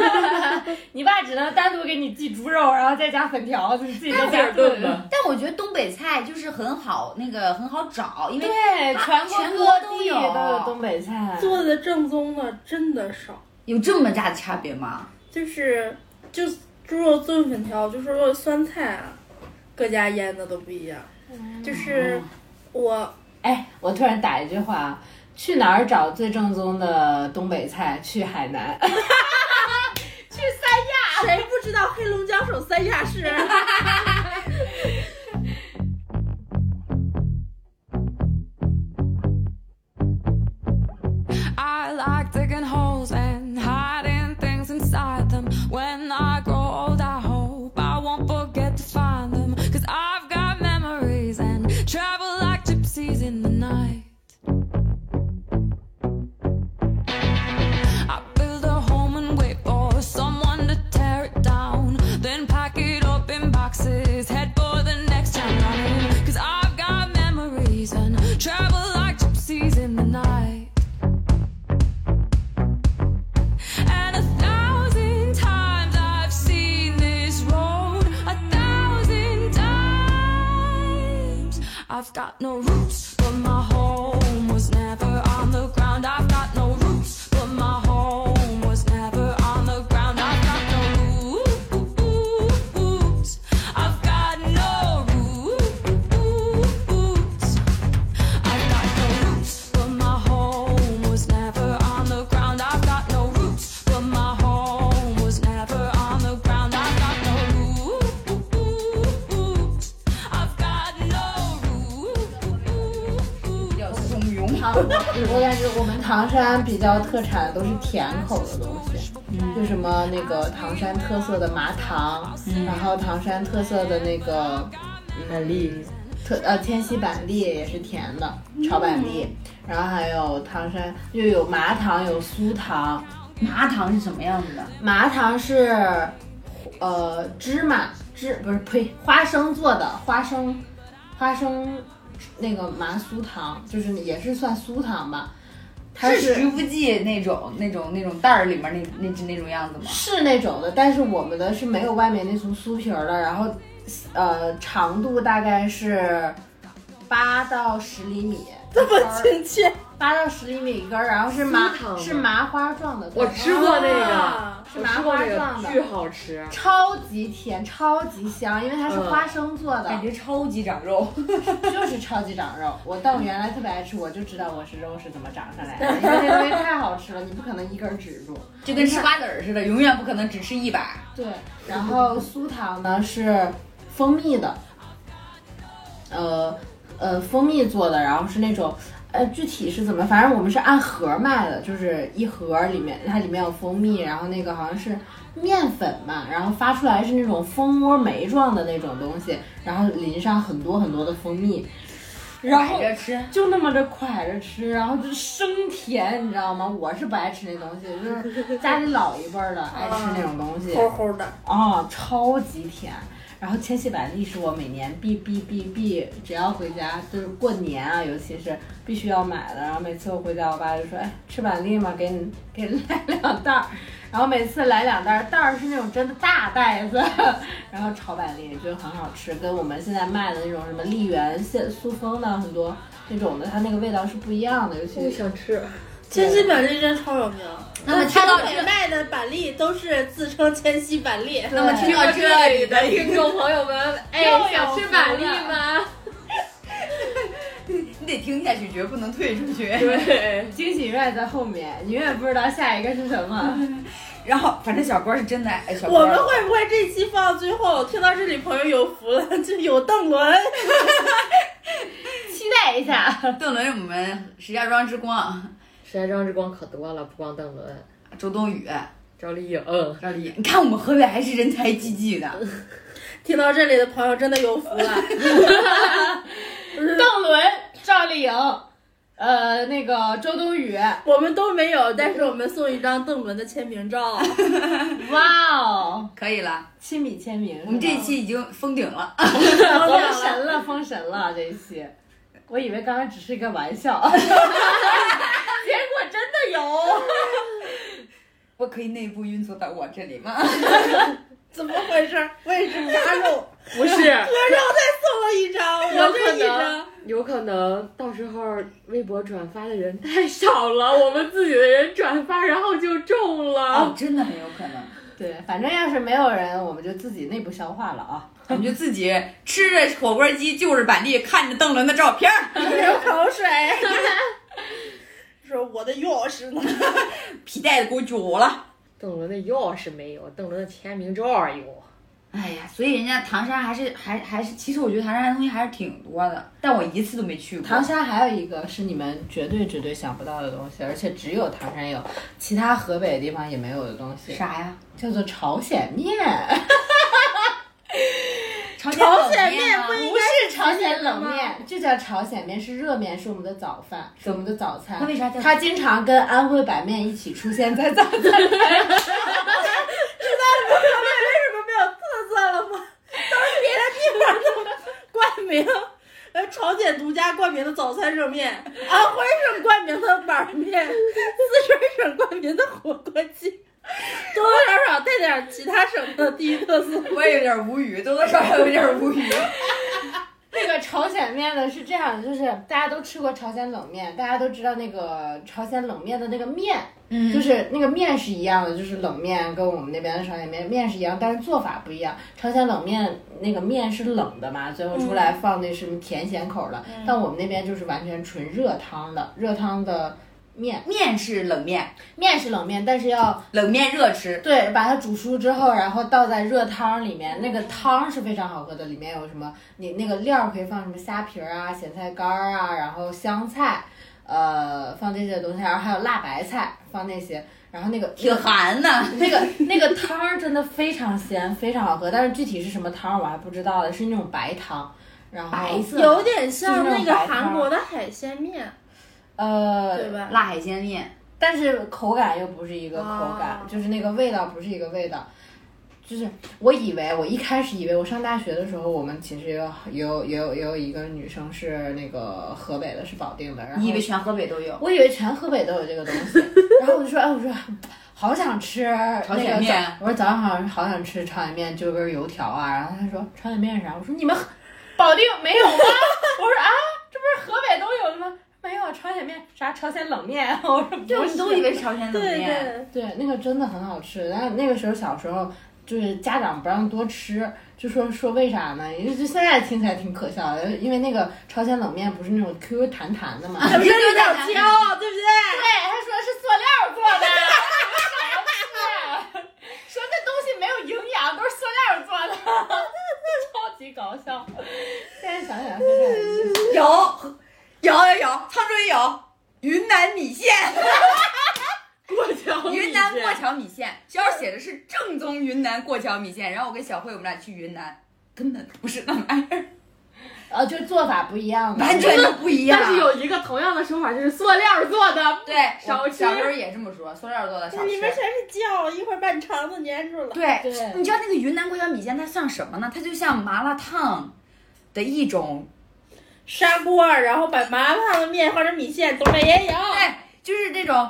S9: 你爸只能单独给你寄猪肉，然后再加粉条，就是自己在家
S1: 炖
S9: 炖
S4: 嗯
S1: 吧。
S2: 但我觉得东北菜就是很好，那个很好找，因为
S4: 对，啊全国
S2: 全国
S4: 各
S2: 都
S4: 地
S2: 有
S4: 都有东北菜。
S3: 做的正宗的真的少，
S2: 有这么大的差别吗？
S3: 就是就猪肉炖粉条，就是酸菜啊，各家腌的都不一样，就是我
S4: 哎，我突然打一句话啊，去哪儿找最正宗的东北菜？去海南。
S3: 谁不知道黑龙江省三亚市？啊
S10: I like digging holes and hiding things inside them. When I grow old, I hope I won't forget to find them. Cause I've got memories and travel like gypsies in the night. I build a home and wait for someone to tear it down. Then pack it up in boxes, head for the next town round. Cause I've got memories and travel like gypsies in the night. And a thousand times I've seen this road. A thousand times. I've got no roots, but my home was never on the ground.
S4: 嗯我感觉我们唐山比较特产的都是甜口的东西，就什么那个唐山特色的麻糖，然后唐山特色的那个
S1: 板栗，
S4: 特呃天西板栗也是甜的，炒板栗，然后还有唐山又有麻糖有酥糖，
S2: 麻糖是什么样子的？
S4: 麻糖是呃芝麻芝不是呸花生做的花生花生那个麻酥糖，就是也是算酥糖吧，它
S2: 是徐福记那种那种那种袋儿里面那那那种样子吗？
S4: 是那种的，但是我们的是没有外面那层酥皮儿的，然后，呃，长度大概是八到十厘米，
S3: 这么亲切，
S4: 八到十厘米一根儿，然后是麻
S1: 酥糖吗
S4: 是麻花状的，
S1: 我吃过那个，
S3: 啊
S4: 是
S1: 我
S4: 麻
S1: 吃过
S4: 花
S1: 那
S4: 状
S1: 个，
S4: 的
S1: 巨，好吃。
S4: 超级甜，超级香，因为它是
S1: 嗯
S4: 花生做的，
S2: 感觉超级长肉，
S4: 就是超级长肉。我但我原来特别爱吃，我就知道我是肉是怎么长上 来的，因为那东西太好吃了，你不可能一根儿止住。
S2: 就跟吃瓜子儿似的，永远不可能只吃一把。
S4: 对，然后酥糖呢是蜂蜜的，呃呃，蜂蜜做的，然后是那种。呃，具体是怎么？反正我们是按盒卖的，就是一盒里面它里面有蜂蜜，然后那个好像是面粉嘛，然后发出来是那种蜂窝煤状的那种东西，然后淋上很多很多的蜂蜜，然后
S2: 着吃，
S4: 就那么着蒯着吃，然后就是生甜，你知道吗？我是不爱吃那东西，就是家里老一辈儿的爱吃那种东西，
S3: 齁齁的，
S4: 啊、超级甜。然后千禧板栗是我每年必必必必，只要回家就是过年啊，尤其是必须要买的。然后每次我回家，我爸就说：“哎，吃板栗嘛，给你给你来两袋儿。”然后每次来两袋儿，袋儿是那种真的大袋子。 然后炒板栗就很好吃，跟我们现在卖的那种什么栗园、现塑封的很多那种的，它那个味道是不一样的。尤其
S1: 我想吃，
S3: 千禧板栗真超有名。
S2: 那么听到
S3: 东北
S2: 这，
S3: 卖的板栗都是自称千禧板栗，
S2: 那么 听到这里的听众朋友们，哎，想吃板栗吗？你得听下去，绝不能退出去。
S4: 惊喜永远在后面，你永远不知道下一个是什么。
S2: 然后，反正小郭是真的爱小郭。
S3: 我们会不会这期放到最后？听到这里，朋友有福了， 就有邓伦。
S4: 期待一下。
S2: 邓伦是我们石家庄之光，
S1: 石家庄之光可多了，不光邓伦、
S2: 周冬雨，
S1: 赵丽颖，嗯
S2: 赵丽颖。你看我们河北还是人才济济 的，
S3: 听到这里的朋友真的有福了。
S4: 邓伦、赵丽颖，呃，那个周冬雨，
S3: 我们都没有，但是我们送一张邓伦的签名照。
S4: 哇哦，
S2: 可以了。
S4: 亲笔签名。
S2: 我们这一期已经封顶了。
S4: 封神了，封神了这一期。我以为刚刚只是一个玩笑， 结果真的有。
S2: 我可以内部运作到我这里 吗？
S3: 怎么回事？我也是鸭肉，
S1: 不是，
S3: 鹅肉再送了一张，
S1: 有
S3: 我
S1: 可
S3: 这一
S1: 能
S3: 张。，
S1: 有可能到时候微博转发的人太少了，我们自己的人转发，然后就中
S2: 哦
S1: 了。，
S2: 真的很有可 能。
S4: 对，反正要是没有人，我们就自己内部消化了啊。
S2: 我们就自己吃着火锅鸡，就是板栗，看着邓伦的照片儿，
S3: 流口水。说我的钥匙呢？
S2: 皮带子给我揪了。
S1: 邓伦的钥匙没有，邓伦的签名照有。
S2: 哎呀，所以人家唐山还是还还是，其实我觉得唐山的东西还是挺多的，但我一次都没去过。
S4: 唐山还有一个是你们绝对绝对想不到的东西，而且只有唐山有，其他河北地方也没有的东西，
S2: 啥呀？
S4: 叫做朝鲜面。
S2: 朝
S3: 朝
S2: 鲜
S3: 鲜面
S2: 吗
S3: 不应
S4: 哎不是朝鲜冷面，就叫朝鲜面，是热面，是我们的早饭，是我们的早餐
S2: 它。为啥叫
S4: 它经常跟安徽白面一起出现在早餐。
S3: 为什么没有特色了吗？都是别的地方的冠名。呃，朝鲜独家冠名的早餐热面，安徽省冠名的板面，四川省冠名的火锅鸡，多多少少带点其他省的地域特色。
S2: 我也有点无语，多多少少有点无语。
S4: 那个朝鲜面呢是这样的，就是大家都吃过朝鲜冷面，大家都知道那个朝鲜冷面的那个面，
S2: 嗯
S4: 就是那个面是一样的，就是冷面跟我们那边的朝鲜面面是一样，但是做法不一样。朝鲜冷面那个面是冷的嘛，最后出来放那什么甜咸口的，但我们那边就是完全纯热汤的，热汤的面。
S2: 面是冷面，
S4: 面是冷面，但是要
S2: 冷面热吃。
S4: 对把它煮熟之后，然后倒在热汤里面，那个汤是非常好喝的，里面有什么你那个料儿可以放什么虾皮儿啊、咸菜干儿啊，然后香菜。呃放这些东西，然后还有辣白菜放那些，然 后那个
S2: 挺寒的。
S4: 那个那个汤儿真的非常鲜，非常好喝，但是具体是什么汤儿我还不知道的，是那种白汤，然后
S2: 白色
S3: 有点像
S4: 就是那
S3: 那
S4: 种
S3: 个
S4: 白汤
S3: 韩国的海鲜面，对
S4: 呃，
S3: 吧？
S2: 辣海鲜面，
S4: 但是口感又不是一个
S2: 啊
S4: 口感，
S3: 哦
S4: 就是那个味道不是一个味道。就是我以为，我一开始以为我上大学的时候，我们寝室也有也有也有也有一个女生是那个河北的，是保定的，然后
S2: 你以为全河北都有？
S4: 我以为全河北都有这个东西，然后我就说，哎，我说好想吃
S2: 朝
S4: 那
S2: 鲜
S4: 个
S2: 面
S4: 早我说早上好像好想吃朝鲜面，就根油条啊。然后他说朝鲜面是啥？我说你们 保定没有吗？我说啊，这不是河北都有的吗？没有啊，朝鲜面啥朝鲜冷面？啊我说不
S2: 对，我们
S4: 是
S2: 都以为是朝鲜冷
S3: 对
S2: 呃面。
S3: 对，
S4: 对，那个真的很好吃。但是那个时候小时候，就是家长不让多吃，就说说为啥呢？也就就现在听起来挺可笑的，因为那个朝鲜冷面不是那种 QQ 弹弹的嘛，对，他
S3: 不是有点挑，对不对？
S4: 哎说是塑料做的， 说这东西没有营养，都是塑料 做的，超级搞笑。现在想想非常有意思。
S2: 有，有有有，沧州也有云南 米线，
S3: 过桥米线
S2: 云南过桥米线，小小写的是正宗云南过桥米线。然后我跟小慧我们俩去云南，根本不是那玩意儿，
S4: 呃，就是做法不一样嘛，
S2: 完全就不一样。啊
S11: 但是有一个同样的说法，就是塑料做的，
S2: 对，
S11: 少
S2: 我
S11: 吃
S2: 小时候也这么说，塑料做的少
S3: 里面
S2: 吃。
S3: 全是酱，一会儿把你肠子粘住了。
S2: 对，
S4: 对
S2: 你知道那个云南过桥米线它像什么呢？它就像麻辣烫的一种，
S3: 砂锅，然后把麻辣烫的面换成米线，东北也
S2: 对，
S3: 有。
S2: 哎就是这种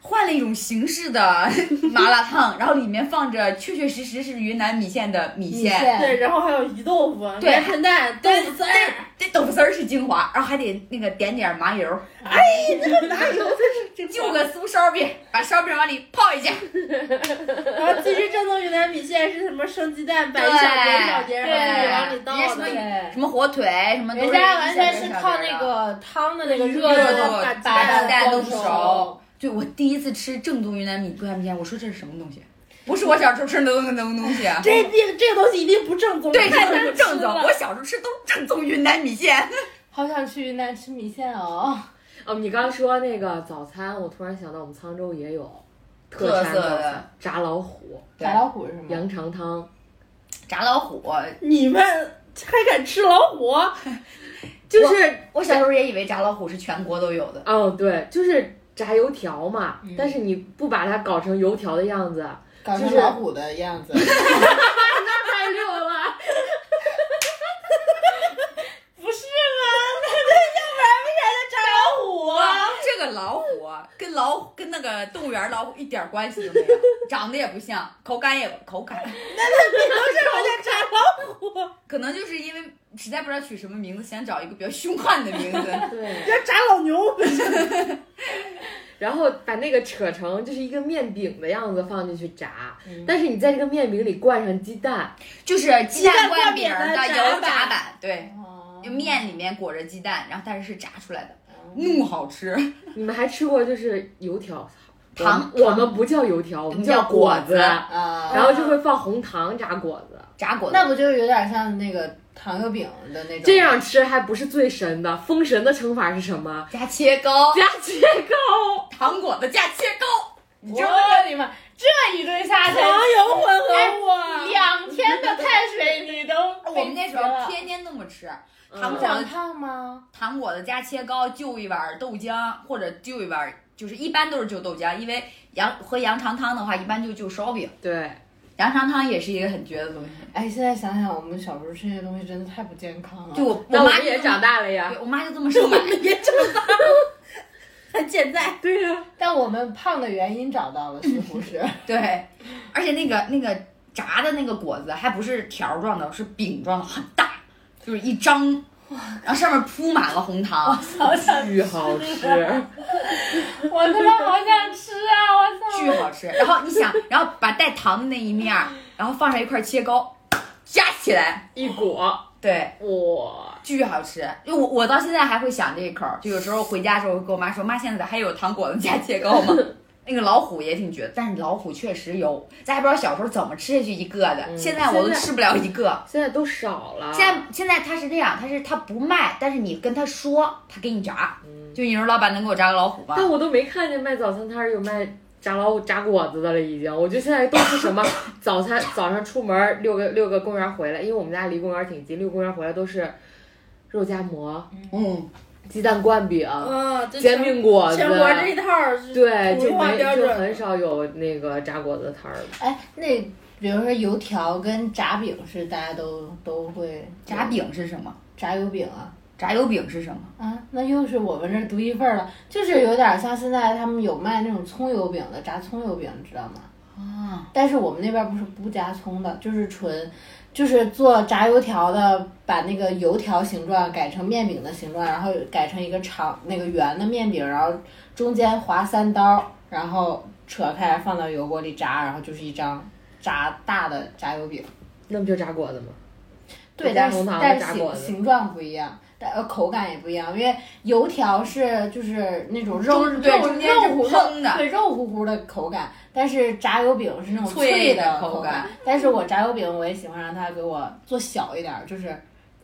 S2: 换了一种形式的 麻辣烫，然后里面放着确确实实是云南米线的米
S4: 米
S2: 线。
S4: 线
S3: 对，然后还有鱼豆腐、
S2: 对
S3: 棉盆蛋、豆腐丝儿。
S2: 这豆腐丝儿是精华，然后还得那个点点麻油，
S3: 哪有的是
S2: 就个酥烧饼，把烧饼往里泡一下。
S3: 然后其实正宗云南米线是什么生鸡蛋摆一小碟儿一小碟儿，然后自己往里
S4: 哎
S2: 人家
S3: 倒
S2: 什么
S3: 的。
S4: 对
S2: 什么火腿，什么都
S4: 人
S2: 是
S4: 家完全
S2: 一小
S4: 是
S2: 碟儿
S4: 靠
S2: 一小碟儿
S4: 那
S2: 的
S4: 个汤的那个热
S2: 热
S4: 度
S2: 度把
S3: 把
S4: 蛋
S2: 鸡蛋
S4: 弄
S2: 弄熟。对，我第一次吃正宗云南米过桥米线，我说这是什么东西？不是我小时候吃的东东东西啊。
S3: 这这这个东西一定不正宗，
S2: 对，这
S3: 太
S2: 都
S3: 难
S2: 是
S3: 吃
S2: 正宗。
S3: 了
S2: 我小时候吃都是 正宗云南米 线。
S4: 好想去云南吃米线哦！
S1: 哦，你刚说那个早餐，我突然想到我们沧州也有
S2: 特
S1: 产
S2: 色
S1: 早
S2: 的嗯
S1: 餐，炸老虎、
S2: 对
S4: 白老虎是吗？
S1: 羊肠汤，
S2: 炸老虎，
S3: 你们还敢吃老虎？
S1: 就是
S2: 我小时候也以为炸老虎是全国都有的。
S1: 哦，对，就是炸油条嘛，
S2: 嗯
S1: 但是你不把它搞成油条的样 子，
S4: 搞
S1: 就
S4: 成
S1: 是
S4: 老虎 的样子。
S1: 太溜了。
S2: 这个老虎啊跟老虎跟那个动物园老虎一点关系都没 有，长得也不像，口感也口感。那那你都是我叫炸老虎， 可能就是因为实在不知道取什么名字，想找一个比较凶悍的名字。
S1: 对，
S3: 要炸老牛，
S1: 然后把那个扯成就是一个面饼的样子放进去炸，
S2: 嗯
S1: 但是你在这个面饼里灌上鸡蛋，
S2: 就是鸡蛋灌饼儿的油炸版，对，
S1: 嗯
S4: 啊
S2: 就面里面裹着鸡蛋，然后但是是炸出来的，怒好吃。
S1: 你们还吃过就是油条？
S2: 糖
S1: 我们我们不叫油条，我们
S2: 叫
S1: 果
S2: 果子
S4: 啊，
S1: 然后就会放红糖炸果子。
S2: 炸果子
S4: 那不就有点像那个糖油饼的那种？
S1: 这样吃还不是最神的，封神的惩罚是什么？
S2: 加切糕，
S1: 加切糕。
S2: 糖果子加切糕，你知道吗？
S11: 我的妈！这一顿下去，
S3: 糖油混合物啊。
S11: 两天的碳水你都
S2: 我们那时
S11: 被绝了
S2: 候天天那么吃，糖
S1: 嗯
S2: 果子
S4: 胖吗？
S2: 糖果子加切糕，就一碗豆浆或者就一碗，就是一般都是就豆浆，因为羊和羊肠汤的话，一般就就烧饼。
S1: 对，
S2: 羊肠汤也是一个很绝的东西。
S4: 哎，现在想想，我们小时候吃这些东西真的太不健康了。
S2: 就我
S1: 那
S2: 我
S1: 我
S2: 妈
S1: 们也长
S2: 大，
S1: 大了呀
S2: 对。我妈就这么说买。
S3: 现在
S1: 对呀、
S4: 但我们胖的原因找到了，似乎 是
S2: 对，而且那个那个炸的那个果子还不是条儿状的，是饼状的，很大，就是一张，然后上面铺满了红糖，
S11: 好想
S1: 巨好 吃，
S11: 我他妈好想吃啊！我操！
S2: 巨好吃。然后你想，然后把带糖的那一面儿，然后放上一块切糕，夹起来，
S1: 一裹
S2: 对，
S1: 哇！
S2: 巨好吃。因为我我到现在还会想这一口儿，就有时候回家的时候，我跟我妈说，妈，现在还有糖果子夹切糕吗？ 那个老虎也挺绝，但是老虎确实有，咱还不知道小时候怎么吃下去一个的，现在我都
S1: 现在
S2: 吃不了一个。
S1: 现在都少了。
S2: 现在现在他是这样，他是他不卖，但是你跟他说，他给你炸。就你说老板能给我炸个老虎吗？
S1: 但我都没看见卖早餐摊儿有卖炸老虎、炸果子的了，已经。我觉得现在都是什么早餐，早上出门儿遛个遛个公园儿回来，因为我们家离公园儿挺近，遛公园儿回来都是肉夹馍、
S2: 嗯，
S1: 鸡蛋灌饼、
S3: 嗯，就
S1: 煎饼果子
S3: 全。国这一套儿是
S1: 对，
S3: 普
S1: 就
S3: 通话
S1: 没
S3: 标
S1: 就
S3: 准
S1: 很少有那个炸果子的摊儿了。
S4: 哎，那比如说油条跟炸饼是大家都都会
S2: 炸饼是什么？
S4: 炸油饼啊
S2: 炸油饼是什么？
S4: 啊，那又是我们这儿独一份儿了，就是有点像现在他们有卖那种葱油饼的，炸葱油饼，你知道吗？
S2: 啊，
S4: 但是我们那边不是不加葱的，就是纯，就是做炸油条的，把那个油条形状改成面饼的形状，然后改成一个长那个圆的面饼，然后中间划三刀，然后扯开放到油锅里炸，然后就是一张炸大的炸油饼。
S1: 那不就炸果子吗？
S4: 对，
S1: 加
S4: 但是
S1: 红糖
S4: 但
S1: 和炸
S4: 是
S1: 果
S4: 形
S1: 子
S4: 形状不一样，但呃口感也不一样，因为油条是就是那种肉
S2: 中
S4: 肉
S2: 对中间是
S4: 肉乎
S2: 蓬的
S4: 对肉乎乎的口感，但是炸油饼是那种
S2: 脆的
S4: 的
S2: 口
S4: 感
S2: 感。
S4: 但是我炸油饼我也喜欢让它给我做小一点儿，就是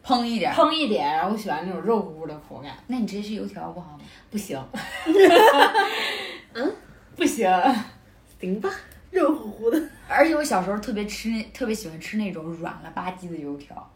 S2: 烹一点儿。
S4: 烹一点，然后我喜欢那种肉乎乎的口感，
S2: 那你直接吃油条不好吗？
S4: 不行，嗯，不行，
S1: 行吧，
S3: 肉乎乎的，
S2: 而且我小时候特别吃那，特别喜欢吃那种软了吧唧的油条，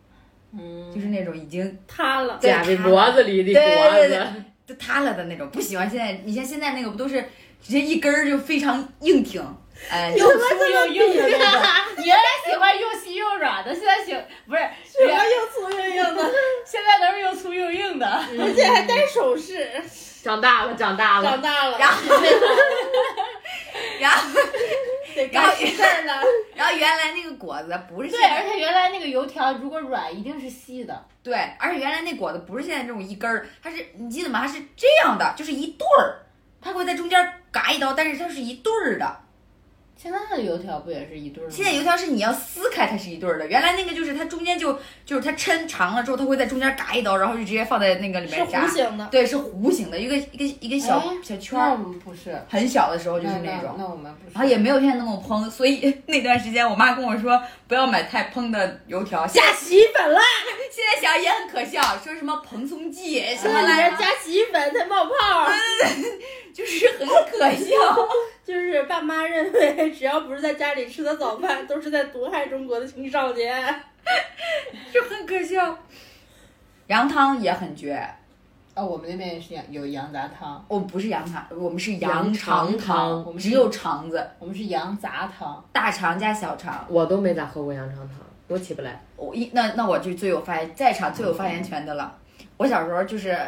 S2: 嗯，就是那种已经
S3: 塌了。
S2: 对
S1: 夹在脖子里的
S2: 对
S1: 果
S2: 对对
S1: 子，
S2: 都塌了的那种，不喜欢现在。你像现在那个不都是直接一根儿就非常硬挺， 哎，
S3: 有了这
S11: 又
S3: 个
S11: 硬
S3: 比
S11: 的那种，原来喜欢又细又软的，现在喜不是，
S3: 什么又粗又硬的，
S11: 现在都是又粗又硬的。
S3: 而且还戴首饰。
S1: 长大了，长大了
S3: 长。大了，
S2: 嗯然后然后
S3: 得干事儿了。
S2: 然后原来那个果子不是现
S11: 对，而
S2: 在
S11: 且原来那个油条如果软，一定是细的。
S2: 对，而且原来那果子不是现在这种一根儿，它是你记得吗？它是这样的，就是一对儿，它会在中间嘎一刀，但是它是一对儿的。
S4: 现在的油条不也是一对儿吗？
S2: 现在油条是你要撕开，它是一对儿的。原来那个就是它中间就就是它抻长了之后，它会在中间嘎一刀，然后就直接放在那个里
S3: 是
S2: 面炸
S3: 弧。形的，
S2: 对，是弧形的，一个一个一个小
S4: 哎
S2: 小圈
S4: 那
S2: 儿
S4: 我。们不是，
S2: 很小的时候就是
S4: 那
S2: 那种，
S4: 那我们不是，
S2: 然后也没有现在那么蓬，所以 那段时间我妈跟我说不要买太蓬的油条。现
S3: 加洗衣粉啦！
S2: 现在想也很可笑，说什么蓬松剂什
S3: 现
S2: 么
S3: 在
S2: 来嗯
S3: 里面
S2: 着，
S3: 加洗衣粉才冒泡儿。
S2: 就是很可笑。
S3: 就是爸妈认为，只要不是在家里吃的早饭，都是在毒害中国的青少年。
S2: 啊 就很可笑。羊汤也很绝，
S4: 啊、我们那边也是羊有羊杂汤，
S2: 我们不是羊汤，我们是
S1: 羊
S2: 肠
S1: 肠汤
S2: 我们只有肠子，
S4: 我们是羊杂汤。
S2: 大肠加小肠。
S1: 我都没咋喝过羊肠汤，我起不 来。
S2: 我一那那我就最有发言，在场最有发言权的了。我小时候就是，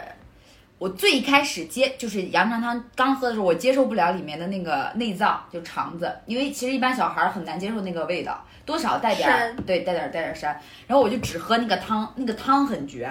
S2: 我最一开始接就是羊肠汤刚喝的时候，我接受不了里面的那个内脏，就肠子，因为其实一般小孩儿很难接受那个味道，多少带点儿
S3: 膻
S2: 对带点儿带点儿膻。然后我就只喝那个汤，那个汤很绝。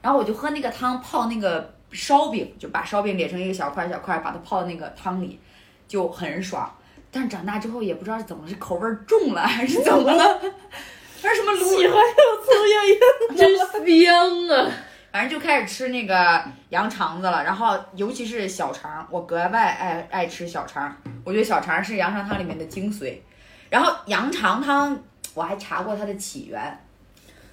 S2: 然后我就喝那个汤泡那个烧饼，就把烧饼裂成一个小块儿小块儿，把它泡到那个汤里，就很爽。但是长大之后也不知道是怎么是口味儿重了还是怎么了， 还是什么卤
S3: 喜欢又粗又
S1: 真
S3: 硬，
S1: 香啊！
S2: 反正就开始吃那个羊肠子了，然后尤其是小肠，我格外爱爱吃小肠，我觉得小肠是羊肠汤里面的精髓。然后羊肠汤我还查过它的起源，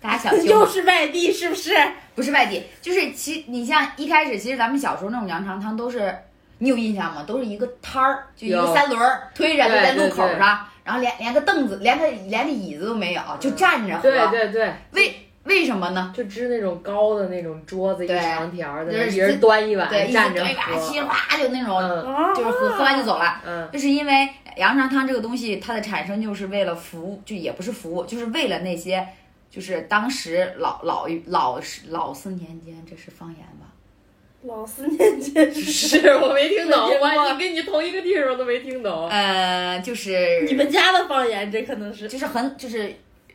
S2: 大家 想听
S3: 又
S2: 吗？
S3: 是外地是不是？
S2: 不是外地，就是其你像一开始，其实咱们小时候那种羊肠汤都是，你有印象吗？都是一个摊儿，就一个
S1: 有
S2: 三轮儿推着就
S1: 对
S2: 在路
S1: 对
S2: 口
S1: 对
S2: 上，然后连连个凳子，连个连个椅子都没有，就站着喝。
S1: 嗯对对对，
S2: 为为什么呢？
S1: 就支那种高的那种桌子，一
S2: 对
S1: 长条儿的，
S2: 就是
S1: 一人端一碗，
S2: 对，一
S1: 站着
S2: 堆吧，稀里
S1: 喝。
S2: 哗啦就那种。
S1: 嗯
S3: 啊
S2: 就是喝喝完就走了。
S1: 嗯，
S2: 就是因为羊肠汤这个东西，它的产生就是为了服务，就也不是服务，就是为了那些，就是当时老老老老四年间，这是方言吧？
S3: 老四年级
S1: 是我没听 懂，我你跟你同一个地方我都没听懂。
S2: 呃，就是
S3: 你们家的方言，这可能是
S2: 就是很就是，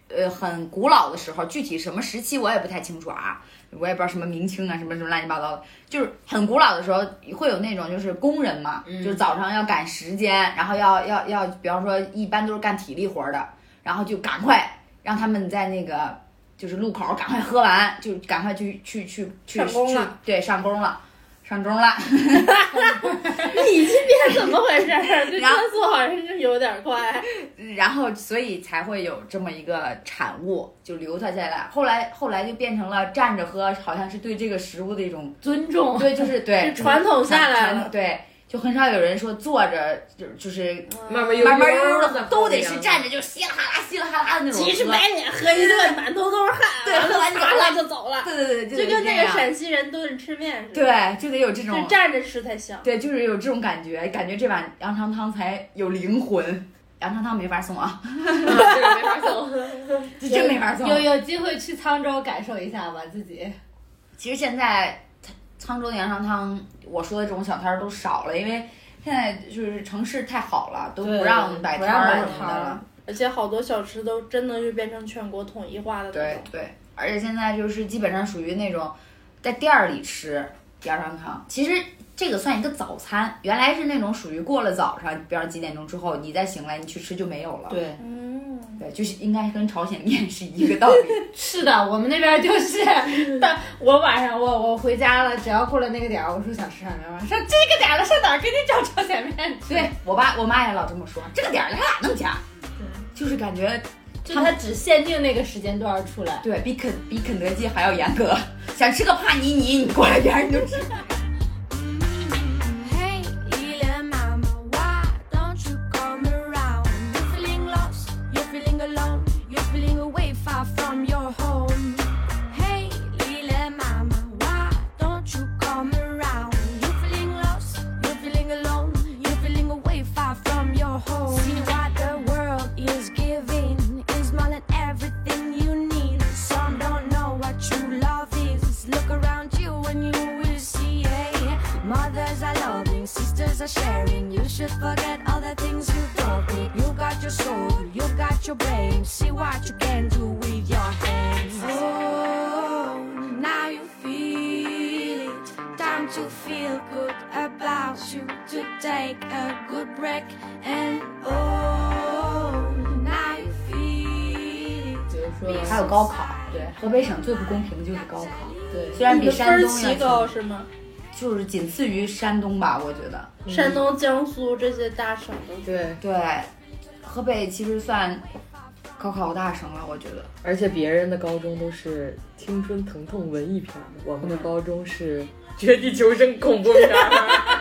S2: 呃，很古老的时候，具体什么时期我也不太清楚啊，我也不知道什么明清啊，什么什么乱七八糟的，就是很古老的时候会有那种就是工人嘛，
S3: 嗯
S2: 就是早上要赶时间，然后要要要，比方说一般都是干体力活儿的，然后就赶快让他们在那个就是路口儿赶快喝完，就赶快去去去去
S3: 上工
S2: 去
S3: 了
S2: 对，上工了。上钟了，
S3: 你这边怎么回事儿？这
S2: 然后
S3: 转速好像是有点快。
S2: 然后所以才会有这么一个产物就流传下来。后来后来就变成了站着喝，好像是对这个食物的一种
S11: 尊重，
S2: 对，就是对
S3: 是传统下来的
S2: 传统对。就很少有人说坐着就就是
S1: 慢慢悠
S2: 嗯慢慢悠
S1: 悠地
S2: 悠的
S1: 喝
S2: 喝，都得是站着就稀里哈啦稀里哈啦的那种喝。
S3: 急赤白脸喝一顿，满头都是汗，
S2: 对
S3: 完
S2: 喝完
S3: 了
S2: 就
S3: 砸了就走了，
S2: 对对对，
S3: 就
S2: 得这
S3: 跟那个
S2: 样
S3: 陕西人蹲着吃面似的。，
S2: 对，就得有这种
S3: 就站着吃才香。
S2: 对，就是有这种感觉，感觉这碗羊肠汤才有灵魂。羊肠汤没法送啊，
S1: 这 个没法送。
S2: 这 真没法 送。啊
S11: 有有机会去沧州感受一下吧，自己。
S2: 其实现在沧沧州的羊肠汤，我说的这种小摊儿都少了，因为现在就是城市太好了，都
S4: 对
S2: 不让摆
S4: 不
S2: 摊
S4: 让
S2: 儿
S4: 摆
S2: 什么
S4: 摊
S2: 的
S4: 儿
S2: 了。
S3: 而且好多小吃都真的就变成全国统一化的那
S2: 对
S3: 种。
S2: 对，而且现在就是基本上属于那种在店儿里吃羊肠汤，其实这个算一个早餐，原来是那种属于过了早上，比方几点钟之后你再醒来你去吃就没有了。
S4: 对，
S3: 嗯，
S2: 对，就是应该跟朝鲜面是一个道理。
S11: 是的，我们那边 就是，但我晚上我我回家了，只要过了那个点儿，我说想吃啥面吧，上这个点儿了，上哪儿给你找朝鲜面去？
S2: 对我爸我妈也老这么说，这个点儿咱俩能夹，就是感觉
S11: 就它只限定那个时间段儿出来。
S2: 对比肯比肯德基还要严格。想吃个帕尼尼，你过来点儿你就吃。
S10: Hey, Eli Mama, why don't you come around? You're feeling lost, you're feeling alone, you're feeling away far from your home. Hey, Eli Mama, why don't you come around? You're feeling lost, you're feeling alone, you're feeling away far from your home. See what the world is giving is more than everything you need. Some don't know what true love is. Look around you and you will see. Hey, mothers are loving, sisters are sharing. You should forget all the things you don't think. You got your soul, you got your brain. See what you can do with your hands. Oh, now you feel it. Time to feel good about you. To take a good break and oh, now you feel it.
S4: 比如说
S2: 还有高考，
S4: 对
S2: 河北省最不公平的就是高考，
S4: 对，
S2: 虽然
S3: 你
S2: 比
S3: 的分
S2: 山
S3: 儿
S2: 东要
S3: 奇
S2: 强
S3: 高，是吗？
S2: 就是仅次于山东吧，我觉得。
S3: 山东、江苏这些大省都
S1: 对，
S2: 对，河北其实算高考大省了，我觉得。
S1: 而且别人的高中都是青春疼痛文艺片儿，我们的高中是绝地求生恐怖片儿。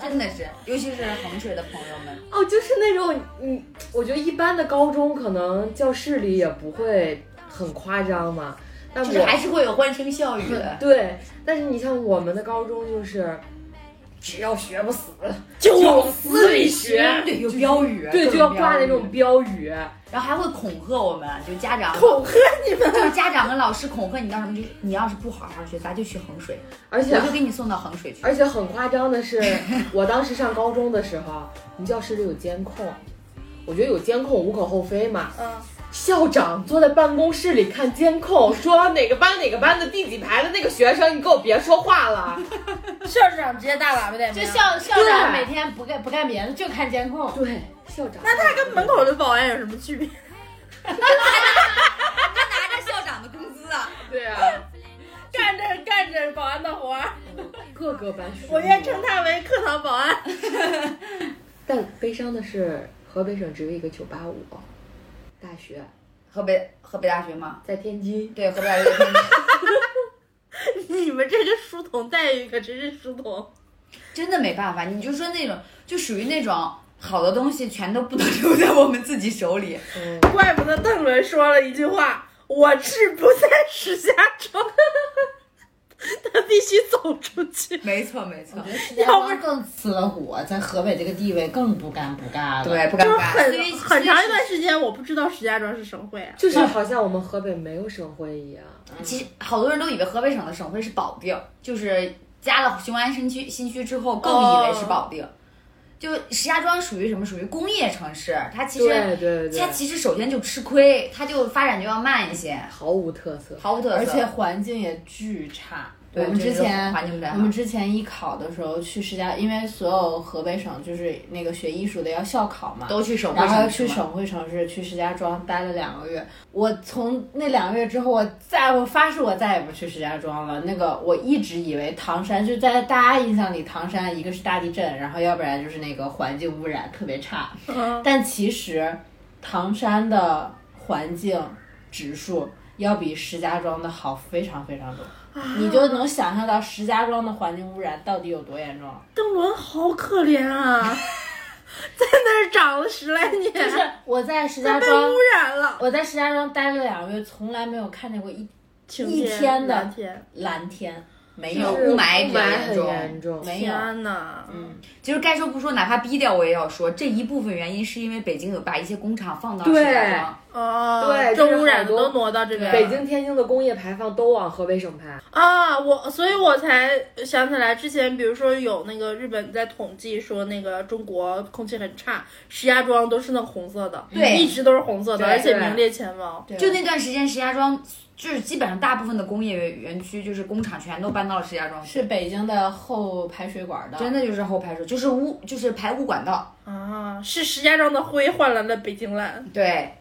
S2: 真的是，尤其是衡水的朋友们，
S1: 哦，就是那种，嗯，我觉得一般的高中可能教室里也不会很夸张嘛，但
S2: 就是
S1: 我嗯
S2: 还是会有欢声笑语的。
S1: 对，但是你像我们的高中就是，只要学不死，
S3: 就
S1: 往死里学，
S2: 对，有标语，
S1: 对，
S2: 各
S1: 就要
S2: 标
S1: 挂那
S2: 语
S1: 种，标语，
S2: 然后还会恐吓我们，就家长，
S3: 恐吓你们。
S2: 就是家长跟老师恐吓你到什么，就是你要是不好好学，咱就去衡水，
S1: 而且
S2: 我就给你送到衡水去。
S1: 而且很夸张的是，我当时上高中的时候，我们教室里有监控，我觉得有监控无可厚非嘛。
S3: 嗯，
S1: 校长坐在办公室里看监控，说哪个班哪个班的第几排的那个学生，你给我别说话 了。
S3: 校长直接大喇叭点
S11: 就
S3: 名。
S11: 校校
S1: 对
S4: 啊
S11: 长每天不干不干别的，就看监控。
S1: 对，校长。
S3: 那他跟门口的保安有什么区别？
S2: 拿着校长的工资啊，
S1: 对啊，
S3: 干着干着保安的活儿，
S1: 各个班学。
S3: 我愿称他为课堂保安。
S1: 但悲伤的是，河北省只有一个985大学，
S2: 河北河北大学吗？
S1: 在天津。
S2: 对，河北大学 天津。
S3: 你们这个书童待遇可真是书童。
S2: 真的没办法，你就说那种就属于那种好的东西全都不能留在我们自己手里，
S3: 怪不得邓伦说了一句话：“我志不在石家庄。” 他必须走出去。
S2: 没错没错
S4: 我觉，得石家庄更呲了火，在河北这个地位更不干不尬了。，
S2: 对，不
S3: 就
S2: 尴
S3: 是
S2: 尬，
S3: 很很长一段时间，我不知道石家庄是省会啊。
S1: 就是好像我们河北没有省会一样，
S2: 其实好多人都以为河北省的省会是保定，就是加了雄安新区新区之后，更以为是保定。就石家庄属于什么？属于工业城市，它其
S1: 对
S2: 实
S1: 对对
S2: 它，其实首先就吃亏，它就发展就要慢一些，
S1: 毫无特色。
S2: 毫无特色。
S4: 而且环境也巨差。
S2: 对
S4: 我们
S2: 这
S4: 之
S2: 是
S4: 前
S2: 环境不太好
S4: 我们之前艺考的时候去石家，因为所有河北省就是那个学艺术的要校考嘛，
S2: 都去省会
S4: 然后
S2: 城市
S4: 去
S2: 嘛
S4: 省会城市，去石家庄待了两个月。我从那两个月之后，我再我发誓我再也不去石家庄了。那个我一直以为唐山就在大家印象里，唐山一个是大地震，然后要不然就是那个环境污染特别差，
S3: 嗯
S4: 但其实唐山的环境指数要比石家庄的好非常非常多。
S1: 啊
S4: 你就能想象到石家庄的环境污染到底有多严重。
S3: 邓伦好可怜啊， 在那儿长了十来年，
S4: 就是我在石家
S3: 被
S4: 庄
S3: 污，染了。
S4: 我在石家庄待了两个月，从来没有看见过一
S3: 晴
S4: 一天的
S3: 蓝天，
S4: 蓝天，没
S2: 就
S4: 有
S2: 是雾霾比
S1: 雾
S2: 较
S1: 霾
S2: 严
S1: 很
S2: 重
S1: 严重，
S4: 没有。
S3: 天呐，
S2: 就是该说不说，哪怕逼掉我也要说，这一部分原因是因为北京有把一些工厂放到石
S1: 对
S2: 家庄，
S3: 哦，
S1: 对就是
S3: 这污染
S1: 好
S3: 的
S1: 多
S3: 都挪到这边
S1: 北
S3: 了
S1: 京、天津的工业排放都往河北省排，
S3: 啊，我所以我才想起来，之前比如说有那个日本在统计说那个中国空气很差，石家庄都是那红色的，
S2: 对
S3: 一直都是红色的，
S2: 对
S3: 而且
S1: 对
S3: 名列前茅。
S4: 对
S2: 就那段时间石家庄就是基本上大部分的工业园区就是工厂全都搬到了石家庄去，
S4: 是北京的后排水管的，
S2: 真的就是后排水，就是污就是排污管道，
S3: 啊，是石家庄的灰换来了北京蓝
S2: 对，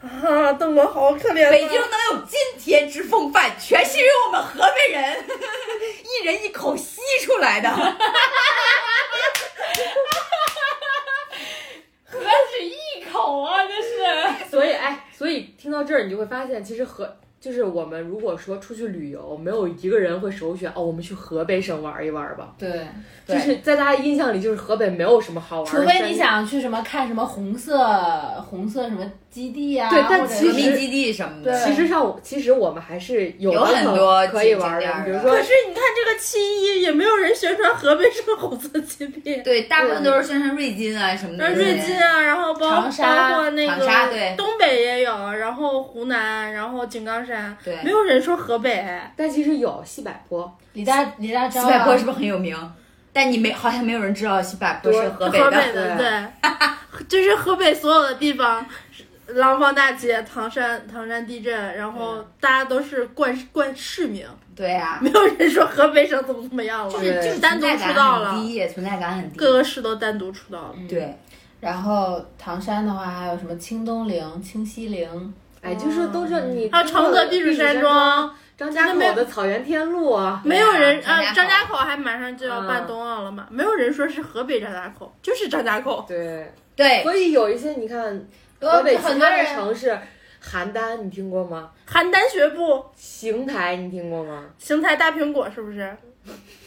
S3: 啊，邓伦好可怜啊。
S2: 北京能有今天之风范，全是因为我们河北人 一人一口吸出来的。
S11: 那是一口啊，这是。
S1: 所以哎，所以听到这儿，你就会发现，其实河就是我们如果说出去旅游，没有一个人会首选哦，我们去河北省玩一玩吧。
S4: 对，
S1: 就
S2: 对
S1: 是在大家印象里，就是河北没有什么好玩的
S4: 除
S1: 山地，
S4: 非你想去什么看什么红色红色什么基地啊，
S1: 对但
S4: 或者
S1: 其
S2: 革
S1: 实
S2: 命基地什么的，
S1: 其实上，其实我们还是有
S2: 有
S1: 的
S2: 很
S1: 可
S2: 多
S1: 可以
S2: 景
S1: 玩
S2: 点儿
S1: 的，比如
S2: 的
S1: 说
S3: 可是你看这个七一也没有人宣传河北省红色疾病，
S2: 对，大部分都是宣传瑞金啊什么
S3: 然
S2: 的。
S3: 后瑞金啊，然后包包
S4: 长沙
S3: 括那
S2: 长沙对
S3: 个东北也有，然后湖南，然后井冈山，
S2: 对
S3: 没有人说河北。哎
S1: 但其实有西柏坡，
S4: 李大李大钊
S2: 西
S4: 啊
S2: 柏坡是不是很有名？但你没好像没有人知道西柏坡是河
S3: 河
S2: 北的。
S3: 的，
S1: 对
S3: 对，就是河北所有的地方，廊坊大街、唐山、唐山地震，然后大家都是冠冠市名，
S2: 对啊呀、
S3: 没有人说河北省怎么怎么样了，
S2: 就是就是
S3: 单独
S2: 存
S3: 出
S2: 在
S3: 道
S2: 感很
S3: 了，
S2: 低，嗯存在感很低。
S3: 各个市都单独出道了。
S2: 对，
S4: 然后唐山的话还有什么清东陵、清西陵，
S1: 哎，就是说都是你
S3: 还有承德避暑山庄，
S1: 张家口的草原天路啊，
S3: 没有人
S2: 对啊
S3: 啊，张
S2: 张
S3: 家
S2: 家
S3: 口还马上就要办
S1: 嗯
S3: 冬奥了嘛，没有人说是河北张家口，就是张家口。
S1: 对，
S2: 对，
S1: 所以有一些你看
S4: 对
S1: 河北其
S4: 很多
S1: 他的
S4: 人
S1: 城市，邯郸你听过吗？
S3: 邯郸学步，
S1: 邢台你听过吗？
S3: 邢台大苹果是不是？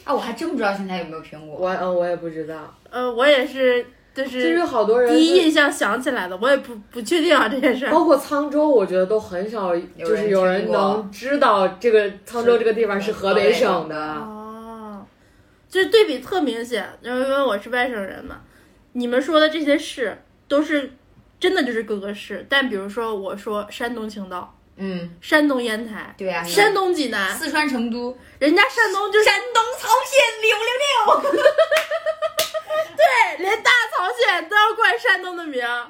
S2: 啊，我还真不知道邢台有没有苹果。
S1: 我嗯我也不知道，
S3: 呃，我也是，就
S1: 其实
S3: 是
S1: 有好多人
S3: 第一
S1: 是。
S3: 印象想起来的，我也不不确定啊这件事儿。
S1: 包括沧州，我觉得都很少，就是有人
S2: 听过
S1: 能知道这个沧州这个地方是河北省的。
S3: 哦，就是对比特明显，然后因为我是外省人嘛，你们说的这些市都是真的就是各个市，但比如说我说山东青岛、
S2: 嗯，
S3: 山东烟台、
S2: 对呀、啊
S3: 山东济南，
S2: 四川成都，
S3: 人家山东就是
S2: 山东曹县六六六。
S3: 对，连大曹县都要冠山东的名儿，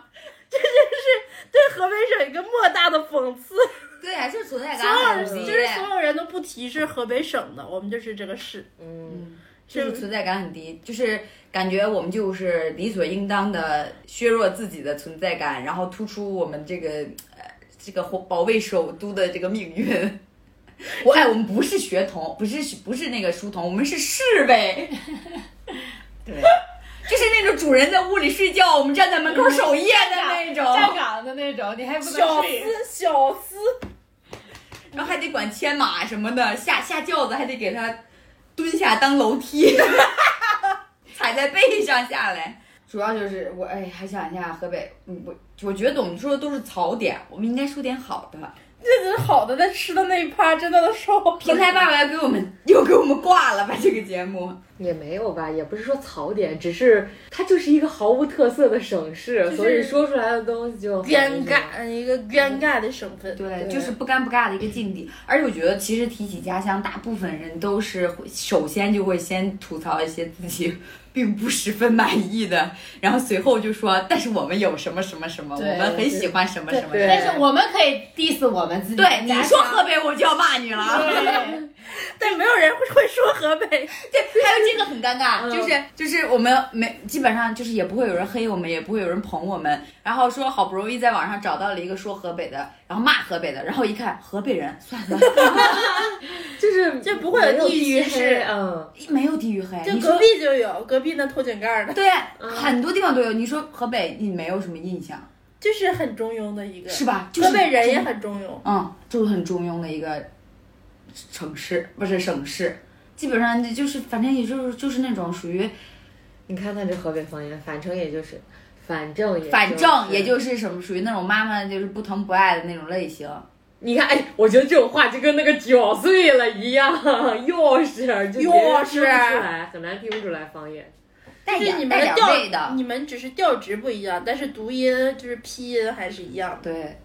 S3: 这就是对河北省一个莫大的讽刺。
S2: 对呀、就是存在
S3: 所有
S2: 感
S3: 人
S2: 很低，
S3: 就是所有人都不提是河北省的，我们就是这个市，
S1: 嗯，
S2: 就是存在感很低，就是感觉我们就是理所应当的削弱自己的存在感，然后突出我们这个呃这个保卫首都的这个命运。我哎，我们不是学童，不是不是那个书童，我们是侍卫。对，就是那种主人在屋里睡觉，我们站在门口守夜的那种，
S11: 站岗的那种，你还不能睡。
S3: 小资。
S2: 然后还得管牵马什么的，下下轿子还得给他蹲下当楼梯， 踩在背上下来。主要就是我哎，还想一下河北，嗯，我我觉得我们说的都是槽点，我们应该说点好的。
S3: 这就是好的，但吃的那一趴真的都是我
S2: 平台爸爸要给我们又给我们挂了吧？这个节目，
S1: 也没有吧，也不是说槽点，只是它就是一个毫无特色的省市，所以说出来的东西就很
S3: 尴。尬，一个尴尬的省份。
S2: 对，就是不尴不尬的一个境地。而且我觉得，其实提起家乡，大部分人都是会首先就会先吐槽一些自己 并不十分满意的，然后随后就说，但是我们有什么什么什么，我
S4: 对
S2: 们很喜欢什么什么什
S1: 对
S2: 么。
S4: 但是我们可以 diss 我们自己的
S2: 对，
S4: 家
S2: 你
S4: 乡。
S2: 说河北，我就要骂你了。
S11: 对
S3: 但没有人会说河北，
S2: 对，还有这个很尴尬，就是就是我们没基本上就是也不会有人黑我们，也不会有人捧我们，然后说好不容易在网上找到了一个说河北的，然后骂河北的，然后一看河北人，算了，
S1: 就是
S3: 就不会有
S1: 没有
S3: 地域歧视
S1: 嗯，
S2: 没有地域黑，
S3: 就
S2: 你
S3: 隔
S2: 说
S3: 壁就有，隔壁那偷井盖的，
S2: 对，很多地方都有。你说河北，你没有什么印象
S3: 就是很中庸的一个，
S2: 是吧？就是
S3: 河北人也很中庸，
S2: 嗯，就是很中庸的一个城市，不是省市，基本上就是反正也就是就是那种属于，
S1: 你看他这河北方言，反正也就是，反正也
S2: 反正也
S1: 就
S2: 就是是什么属于那种妈妈就是不疼不爱的那种类型。
S1: 你看，哎，我觉得这种话就跟那个九岁了一样，又是就别人
S3: 又
S1: 听
S3: 是
S1: 不出来，很难听不出来方
S2: 啊
S1: 言。
S2: 带
S3: 就是你
S2: 点
S3: 们
S2: 带
S3: 的
S2: 点味
S3: 调，
S2: 的，
S3: 你们只是调值不一样，但是读音就是拼音还是一样的。
S2: 对，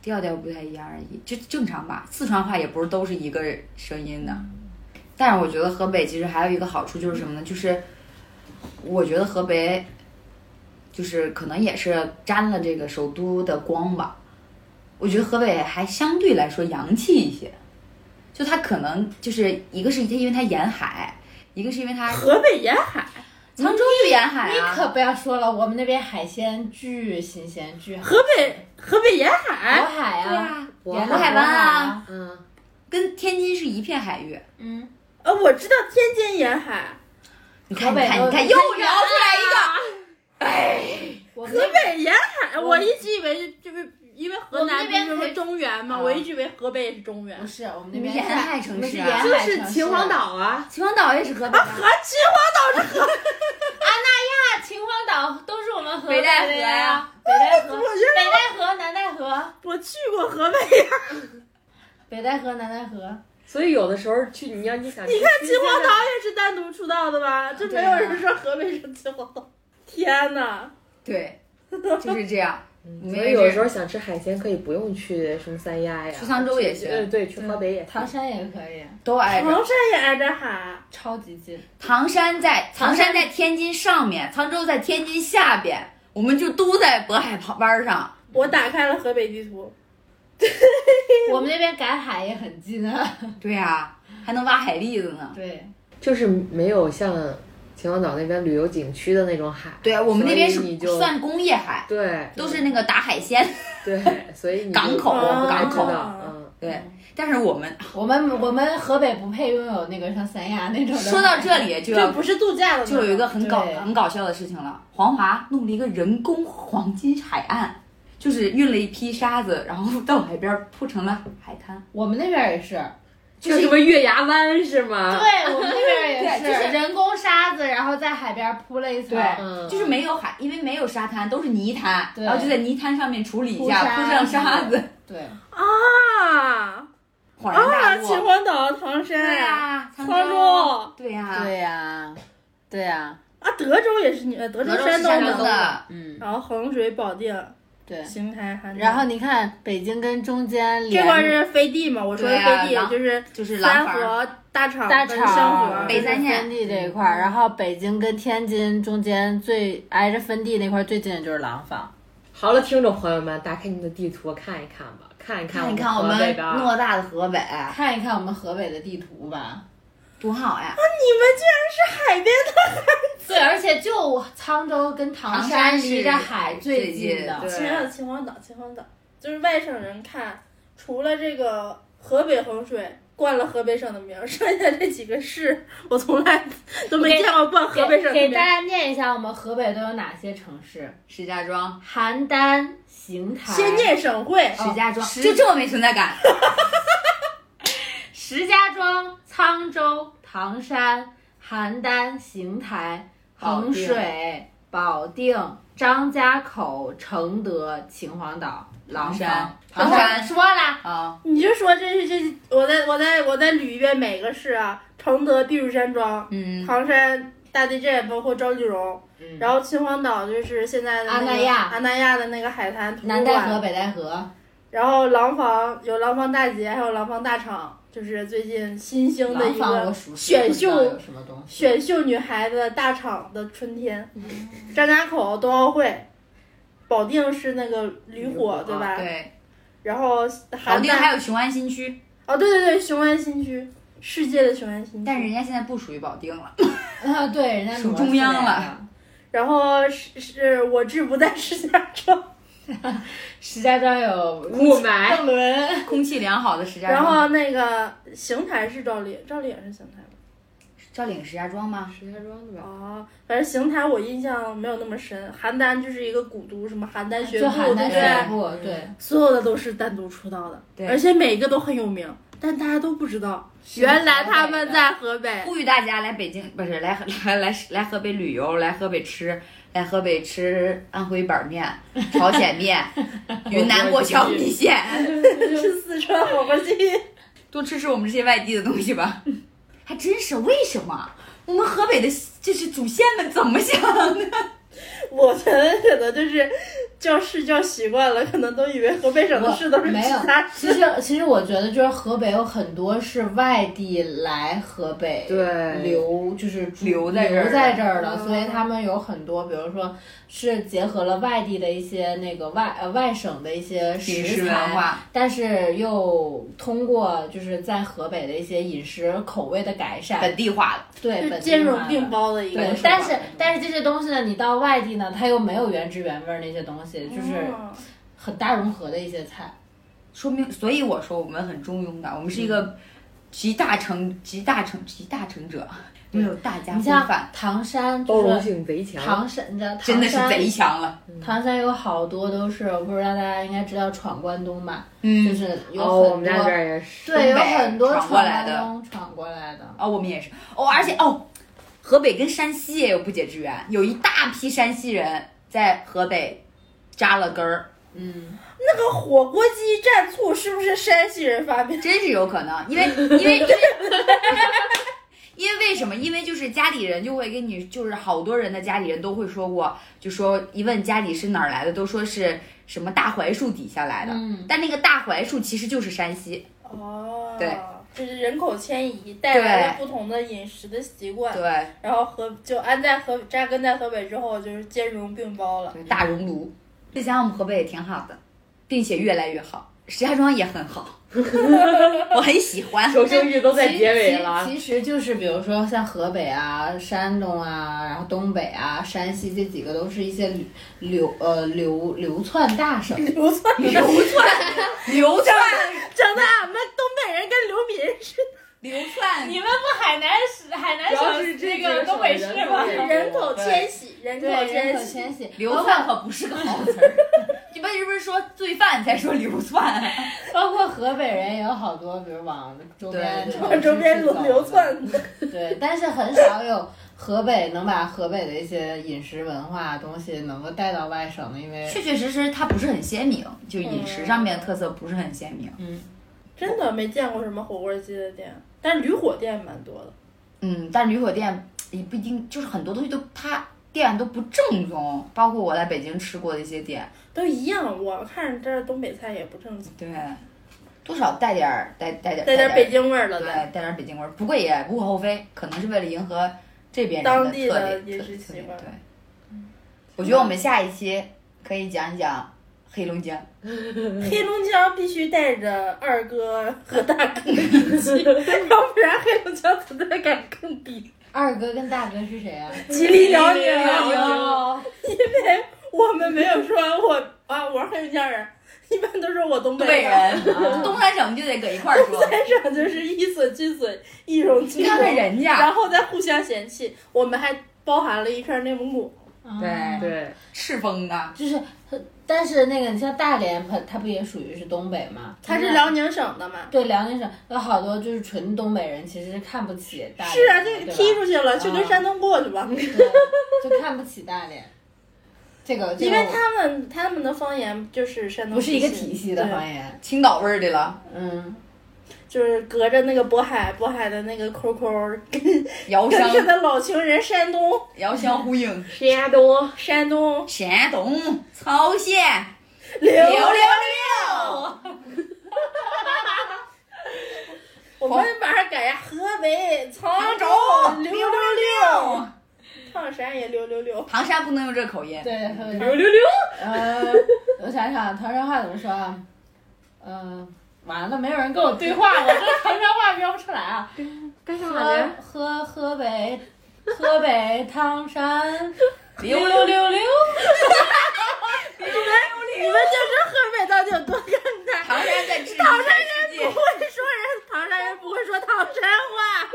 S2: 调调不太一样而已，就正常吧。四川话也不是都是一个声音的，但是我觉得河北其实还有一个好处就是什么呢？就是我觉得河北就是可能也是沾了这个首都的光吧。我觉得河北还相对来说洋气一些，就它可能就是一个是它因为它沿海，一个是因为它
S3: 河北沿海，
S2: 沧州就沿海
S11: 你
S2: 啊。
S11: 可不要说了，我们那边海鲜巨新鲜，巨好。
S3: 河北河北沿
S11: 渤
S3: 海，
S11: 海
S2: 对
S11: 啊，
S2: 啊，
S1: 渤
S11: 原
S1: 海
S11: 来
S2: 海湾啊，
S1: 嗯，
S2: 跟天津是一片海域。
S11: 嗯，
S3: 呃，我知道天津沿海，
S2: 你看，
S11: 河
S2: 你
S11: 北
S2: 看，
S11: 都
S2: 你看，
S11: 你
S2: 又
S11: 看
S2: 聊出来一个。
S11: 我们
S3: 河
S11: 那边
S3: 北沿海，
S2: 嗯
S3: 我一直以为就是因为河南不是什么中原
S2: 嗯
S3: 嘛，
S11: 我
S3: 我
S11: 们那边
S3: 一直以为河北也是中原
S11: 不。是我们那边
S2: 沿
S11: 是
S2: 海
S11: 我
S2: 城
S11: 们
S2: 市
S11: 是
S2: 啊
S11: 沿海
S1: 就
S11: 城市
S1: 是秦皇，岛啊，
S2: 秦皇岛也是河北啊
S3: 河
S2: 的，
S3: 西话
S11: 啊秦皇岛都是我们河啊哎
S2: 北戴河
S11: 的
S2: 呀
S11: 呀，北戴河、
S3: 我觉
S11: 北戴河、南戴河、
S3: 得我去过河北，
S11: 北戴河、南戴河。
S1: 所以有的时候去你要你想去
S3: 你看
S1: 新
S3: 秦
S1: 鲜
S3: 皇
S1: 的
S3: 岛也是单独出道的吧？就没有人
S2: 啊
S3: 说河北是秦皇岛。天哪！
S2: 对，就是这样。没
S1: 嗯所以有时候想吃海鲜，可以不用去什么三亚呀，
S2: 去沧州也行
S1: 对对，去河北也行。
S11: 唐山也可以，
S2: 都挨
S1: 啊
S2: 着。
S3: 唐山也挨着海，
S11: 超级近。
S2: 唐山在唐
S11: 唐
S2: 山
S11: 山
S2: 在天津上面，沧州在天津下边，我们就都在渤海旁边上。
S3: 我打开了河北地图，
S11: 我们那边赶海也很近啊。
S2: 对呀、还能挖海蛎子呢。
S11: 对，
S1: 就是没有像秦皇岛那边旅游景区的那种海。
S2: 对我们那边
S1: 所以
S2: 是
S1: 你就
S2: 算工业海，
S1: 对
S2: 都是那个打海鲜。
S1: 对，所以你就
S2: 港口
S1: 不太
S2: 港
S1: 知
S2: 口
S1: 道，嗯，
S2: 对，但是我们
S11: 我们我们河北不配拥有那个像三亚那种的。
S2: 说到这里就
S3: 这
S2: 要
S3: 不是度假的，
S2: 啊就有一个。很搞
S11: 对
S2: 很搞笑的事情了，黄华弄了一个人工黄金海岸，就是运了一批沙子，然后到海边儿铺成了海滩。
S11: 我们那边也是，
S1: 就什么月牙湾是吗？
S11: 对我们那边也
S2: 对
S11: 是，
S2: 就是
S11: 人工沙子，然后在海边铺了一层。
S2: 对
S1: 嗯，
S2: 就是没有海，因为没有沙滩，都是泥滩，
S11: 对
S2: 然后就在泥滩上面处理一
S11: 铺
S2: 下，
S11: 沙
S2: 铺上沙 子，
S11: 对，
S3: 啊
S2: 恍然
S3: 啊！
S2: 大
S3: 秦
S2: 悟。
S3: 皇岛、唐
S2: 对啊
S3: 山、
S2: 呀，沧
S3: 沧州
S2: 对啊呀，
S4: 对呀、对呀、
S3: 啊，德州也是你，呃德州
S2: 德州
S3: 山
S2: 是山
S3: 的
S2: 东，的，
S4: 嗯，
S3: 然后衡水、保定、
S4: 对。
S3: 邢台、邯郸，
S4: 然后你看北京跟中间
S3: 这
S4: 连
S3: 块是飞地嘛？我说的
S2: 对啊
S3: 飞地
S2: 廊
S3: 就是
S2: 就是廊
S3: 三
S2: 坊
S3: 河、大厂、
S4: 大
S3: 商
S4: 厂、
S3: 河、
S2: 北三线
S4: 分地这一块儿，然后北京跟天津中间最挨着分地那块儿最近的就是廊坊。
S1: 好了，听众朋友们，打开你们的地图看一看吧，看一看
S2: 看一
S1: 们
S2: 看我
S1: 河
S2: 们
S1: 北的。
S2: 偌大的河北
S11: 看一看我们河北的地图吧。
S2: 多好呀！
S3: 你们居然是海边
S11: 对，而且就沧州跟唐
S2: 唐山是
S11: 离着海最
S2: 最
S11: 近
S2: 近
S11: 的，
S3: 啊的，秦皇岛、秦皇岛、秦皇岛，就是外省人看，除了这个河北衡水。冠了河北省的名儿， 剩下这几个市我从来都没
S11: 给
S3: 见过冠河北省的
S11: 给给
S3: 名
S11: 大
S3: 儿。
S11: 家念一下我们河北都有哪些城市：
S2: 石家庄，
S11: 邯郸、邢台、哦
S3: 先念省会，啊
S2: 石家庄，
S11: 石
S2: 就这么没存在感。
S11: 石家庄、沧州、唐山、邯郸、邢台、衡水、保定、张家口、承德、秦皇岛、廊坊。
S2: 唐
S11: 然
S2: 山
S11: 后说了，
S2: 啊，
S3: 你就说这这，我再我再我再捋一遍每个市啊：承德、避暑山庄、
S2: 嗯，
S3: 唐山大地震，包括张句容，
S11: 嗯
S3: 然后秦皇岛就是现在的、那个、
S11: 阿那亚
S3: 阿那亚的那个海滩图书
S11: 南戴河、
S3: 馆，
S11: 北戴河，
S3: 然后廊坊有廊坊大街，还有廊坊大厂，就是最近新兴的
S11: 廊
S3: 一
S11: 坊我
S3: 个
S11: 熟悉，
S3: 选
S11: 不知道
S3: 秀
S11: 有什么东西？
S3: 选秀女孩子大厂的春天，张家口冬奥会，保定是那个驴火对吧？
S2: 对，
S3: 然后
S2: 保
S3: 邯
S2: 定还
S3: 郸
S2: 有雄安新区，
S3: 哦对对对雄安新区，世界的雄安新区。
S2: 但人家现在不属于保定了，
S4: 啊，对，人家
S2: 属
S4: 挪
S2: 中
S4: 出来
S2: 央了，
S3: 然后是是我志不在石家庄，
S4: 石家庄有
S1: 雾霾
S4: 邓伦，
S2: 空气良好的石家
S3: 然
S2: 庄。
S3: 后那个邢台是赵丽，赵丽也是邢台吧？
S2: 赵岭石家庄吗？
S1: 石家庄的吧？
S3: 哦，反正邢台我印象没有那么深。邯邯就是一个古都，什么邯郸学
S4: 就
S3: 步，对
S4: 邯郸
S3: 不
S4: 学
S3: 对？
S4: 步，对，
S3: 所有的都是单独出道的，
S2: 对
S3: 而且每一个都很有名，但大家都不知道，原来他们在河北。
S2: 呼吁大家来北京，不是来来来来河北旅游，来河北吃，来河北吃安徽板面、朝鲜 面、云南过桥米线，
S3: 是四川火锅鸡，
S2: 多吃吃我们这些外地的东西吧。 还真是，为什么我们河北的这是祖先们怎么想的？
S3: 我觉得可能就是叫市叫习惯了，可能都以为河北省的市都是
S4: 没
S3: 其
S4: 有
S3: 他。市。
S4: 其实其实我觉得就是河北有很多是外地来河北
S1: 对
S4: 留就是住
S2: 留在这儿
S4: 留在这儿的，所以他们有很多，比如说是结合了外地的一些那个外呃外省的一些
S2: 饮
S4: 食
S2: 食文
S4: 材，
S2: 化，
S4: 但是又通过就是在河北的一些饮食口味的改善，
S2: 本地化的。
S4: 对
S3: 就
S4: 本地
S3: 兼容
S4: 化的
S3: 并包的一个
S4: 对
S3: 说法，
S4: 但是但是这些东西呢，你到外地呢，它又没有原汁原味儿那些东西，就是
S3: 哦
S4: 很大融合的一些菜。
S2: 说明，所以我说我们很中庸的，我们是一个集大成、集大成、集大成者，没有大家
S4: 你
S2: 风
S4: 像
S2: 范，
S4: 唐山，
S1: 包容
S4: 就是
S1: 性贼强。
S4: 唐山，你知道
S2: 真
S4: 唐
S2: 的是
S4: 山，
S2: 贼强了。
S4: 唐山有好多都是，我不知道大家应该知道闯关东吧，就
S2: 嗯，
S4: 是有
S1: 哦，我们
S4: 很
S1: 家这
S4: 多。
S1: 儿也是。
S4: 对，有
S2: 东北
S4: 很多
S2: 闯过来
S4: 关
S2: 的
S4: 东闯过来的，
S2: 哦，我们也是哦，而且哦，河北跟山西也有不解之缘，有一大批山西人在河北扎了根儿，
S4: 嗯，
S3: 那个火锅鸡蘸醋是不是山西人发明？
S2: 真是有可能，因为因为因为。因为为什么？因为就是家里人就会跟你，就是好多人的家里人都会说过，就说一问家里是哪儿来的，都说是什么大槐树底下来的。
S4: 嗯
S2: 但那个大槐树其实就是山西。
S3: 哦，
S2: 对，
S3: 就是人口迁移带来了不同的饮食的习惯，
S2: 对，
S3: 然后河就安在河扎根在河北之后，就是兼容并包了。
S2: 大熔炉。就想想我们河北也挺好的，并且越来越好，石家庄也很好， 我很喜欢。
S1: 求生欲都在结尾了
S4: 其。其实就是比如说像河北啊、山东啊，然后东北啊、山西这几个都是一些流流呃流流窜大省，
S3: 流窜，
S2: 流窜，流窜，
S3: 整的俺们东北人跟流民似
S2: 流窜，
S11: 们不海南省海南
S1: 主要是这几个省人口也
S3: 的，
S1: 多
S3: 人口迁徙，人口
S4: 对，人
S3: 迁
S4: 口
S3: 徙。
S4: 迁徙，
S2: 流窜可不是个好词儿。 你们是不是说罪犯才说流窜？
S4: 包括河北人也有好多，比如往周边
S2: 对对
S3: 往周边流流窜，
S4: 对，但是很少有河北能把河北的一些饮食文化东西能够带到外省的，因为
S2: 确确实实，它不是很鲜明，就饮食上面的特色不是很鲜明。
S3: 真的没见过什么火锅鸡的店，但是驴火店蛮多的。
S2: 嗯，但驴火店也不一定，就是很多东西都它店都不正宗，包括我在北京吃过的一些店，
S3: 都一样，我看这儿东北菜也不正宗，
S2: 对，多少带点儿带带点儿
S3: 带点
S2: 儿
S3: 北京味儿了
S2: 对，
S3: 呗，
S2: 带点儿北京味儿。不过也无可厚非，可能是为了迎合这边人
S3: 当
S2: 的
S3: 地
S2: 特
S3: 的
S2: 点
S3: 饮
S2: 特
S3: 食
S2: 特
S3: 习
S2: 点
S3: 惯嗯
S2: 对，我觉得我们下一期可以讲一讲黑龙江。
S3: 黑龙江必须带着二哥和大哥一 起，要不然黑龙江存在感更低。
S4: 二哥跟大哥是谁 啊？
S3: 吉林辽宁，
S4: 辽
S3: 因为我们没有说我啊，我是黑龙江人，一般都说我东
S2: 东北
S3: 北人。啊
S2: 人，啊东三省就得搁一块儿说。
S3: 但是就是一损俱损，一荣俱
S2: 你
S3: 荣，
S2: 看看人家，
S3: 然后再互相嫌弃。我们还包含了一片内蒙古，
S2: 嗯对，
S1: 对，
S2: 赤峰啊，
S4: 就是，但是那个你像大连，它它不也属于是东北吗？
S3: 它是
S4: 那
S3: 辽宁省的嘛？
S4: 对辽宁省有好多就是纯东北人，其实是看不起大连的，
S3: 是啊，就给
S4: 嗯对吧
S3: 踢出去了，去跟
S4: 啊
S3: 山东过去吧。
S4: 对就看不起大连。这个，这
S3: 因
S4: 个
S3: 为
S4: 我
S3: 他们他们的方言就是山东，
S4: 嗯不是一个体系的
S3: 对
S4: 方言，
S2: 青岛味儿的了，
S4: 嗯，
S3: 就是隔着那个渤海，渤海的那个抠抠儿， 跟
S2: 遥
S3: 跟
S2: 相
S3: 这个老情人山东，
S2: 遥相呼应。
S1: 石家庄
S3: 山东
S2: 山东曹县
S3: 刘
S2: 六六六，
S3: 我们马上改呀，河北沧州
S2: 沧州
S3: 六六六，唐山也六六六，
S2: 唐山不能用这口音，
S4: 对，他们
S1: 六六六，
S4: 呃，我想想，唐山话怎么说啊？嗯、完了，没有人跟我对话，我这长沙话标不出来 啊。
S1: 干啥
S4: 喝
S1: 来？
S4: 喝河北，河北唐 山，六六六 六。
S3: 你们就是河北到底有多尴尬？
S2: 唐山在治唐山
S3: 不会说人，唐山人不会说唐山话。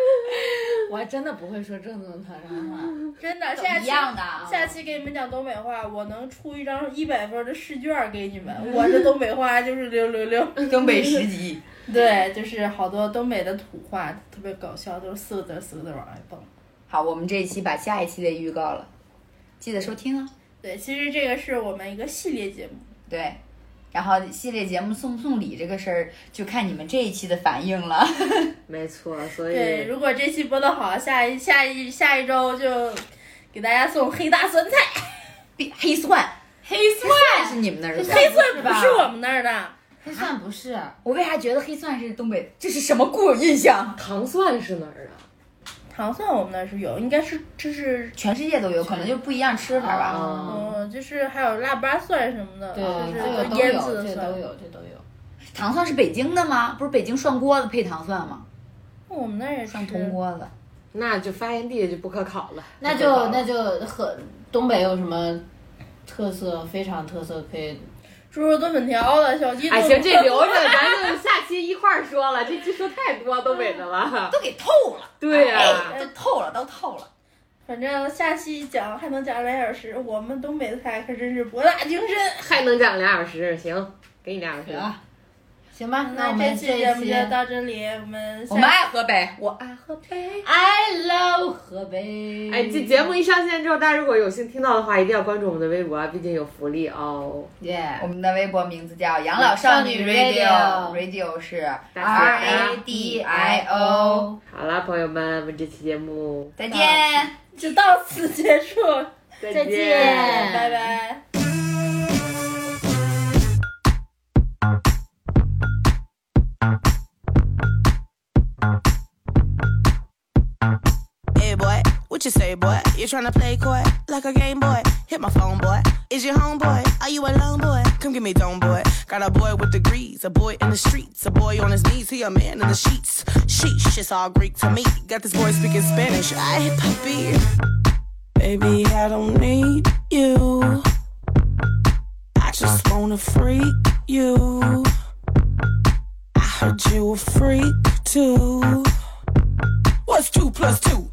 S4: 我还真的不会说正宗唐山话。
S3: 真的，下
S2: 一
S3: 期
S2: 样的。
S3: 下期给你们讲东北话，我能出一张一百分的试卷给你们。我这东北话就是六六六。
S2: 东北十级，
S3: 对，就是好多东北的土话特别搞笑，都是四个字儿四个字儿往外蹦。
S2: 好，我们这一期把下一期的预告了，记得收听啊。
S3: 对，其实这个是我们一个系列节目，
S2: 对，然后系列节目送送礼这个事儿，就看你们这一期的反应了。
S1: 没错，所
S3: 对，
S4: 嗯
S1: 以
S3: 如果这期播的好，下一下一下一周就给大家送黑大酸菜，
S2: 比 黑蒜，
S4: 黑蒜，
S2: 蒜是你们那 儿的。
S3: 黑蒜不
S4: 吧
S3: 是我们那儿的，
S4: 黑蒜不是，
S2: 我为啥觉得黑蒜是东北？这是什么固有印象？
S1: 糖蒜是哪儿啊的？
S3: 糖蒜我们那儿是有，应该是这是。
S2: 全世界都有可能，就是不一样吃法吧。
S1: 啊，
S3: 嗯，就是还有腊八蒜什么的，
S4: 对，
S3: 就是
S4: 呃这个都
S3: 腌
S4: 有，
S3: 制的
S4: 这
S3: 蒜
S4: 都。有，这都有。
S2: 糖蒜是北京的吗？不是北京涮锅子配糖蒜吗？
S3: 哦我们那儿也吃
S2: 涮铜锅子。
S1: 那就发源地就不可考了。
S4: 那
S1: 不可考
S4: 就
S1: 了
S4: 那就和东北有什么特色？非常特色可以。
S3: 猪肉炖粉条了，小鸡炖。
S1: 哎，行，这留着，咱就下期一块儿说了。这期说太多东北的了。
S2: 都给透了，
S1: 对呀、
S2: 嗯哎都透了，都透了。
S3: 反正下期讲还能讲两小时，我们东北菜可真是博大精深。
S1: 还能讲俩小时，行，给你俩小时。
S4: 啊行吧，那我
S3: 那
S4: 们
S3: 期
S4: 这
S3: 节
S4: 一
S3: 目
S4: 期
S3: 就到这里，我们
S2: 我
S3: 下
S2: 们爱河北，我爱河北。
S4: I love 河北。
S1: 哎，这节目一上线之后，大家如果有幸听到的话，一定要关注我们的微博啊，毕竟有福利哦。
S4: 耶
S2: 我们的微博名字叫养老少女 Radio，Radio 是 R
S4: 啊
S1: 大写
S2: A D I
S4: 嗯
S2: O。
S1: 好啦，朋友们，我们这期节目
S2: 再见。
S3: 就到此结 束，
S1: 再
S4: 再见
S3: 拜拜。
S12: Hey boy, what you say, boy? You tryna play coy like a game boy? Hit my phone, boy. Is your homeboy? Are you alone, boy? Come give me dome, boy. Got a boy with degrees, a boy in the streets, a boy on his knees. He a man in the sheets. Sheesh, it's all Greek to me. Got this boy speaking Spanish. I hit my beer. Baby, I don't need you. I just wanna freak you. I heard you a freak too. What's two plus two?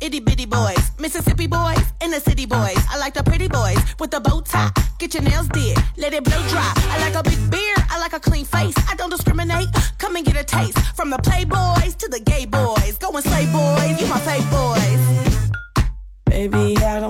S12: Itty bitty boys, Mississippi boys, inner city boys. I like the pretty boys with the bow tie. Get your nails did, let it blow dry. I like a big beard, I like a clean face. I don't discriminate. Come and get a taste from the playboys to the gay boys. Go and slay boys, you my fake boys. Baby, I don't.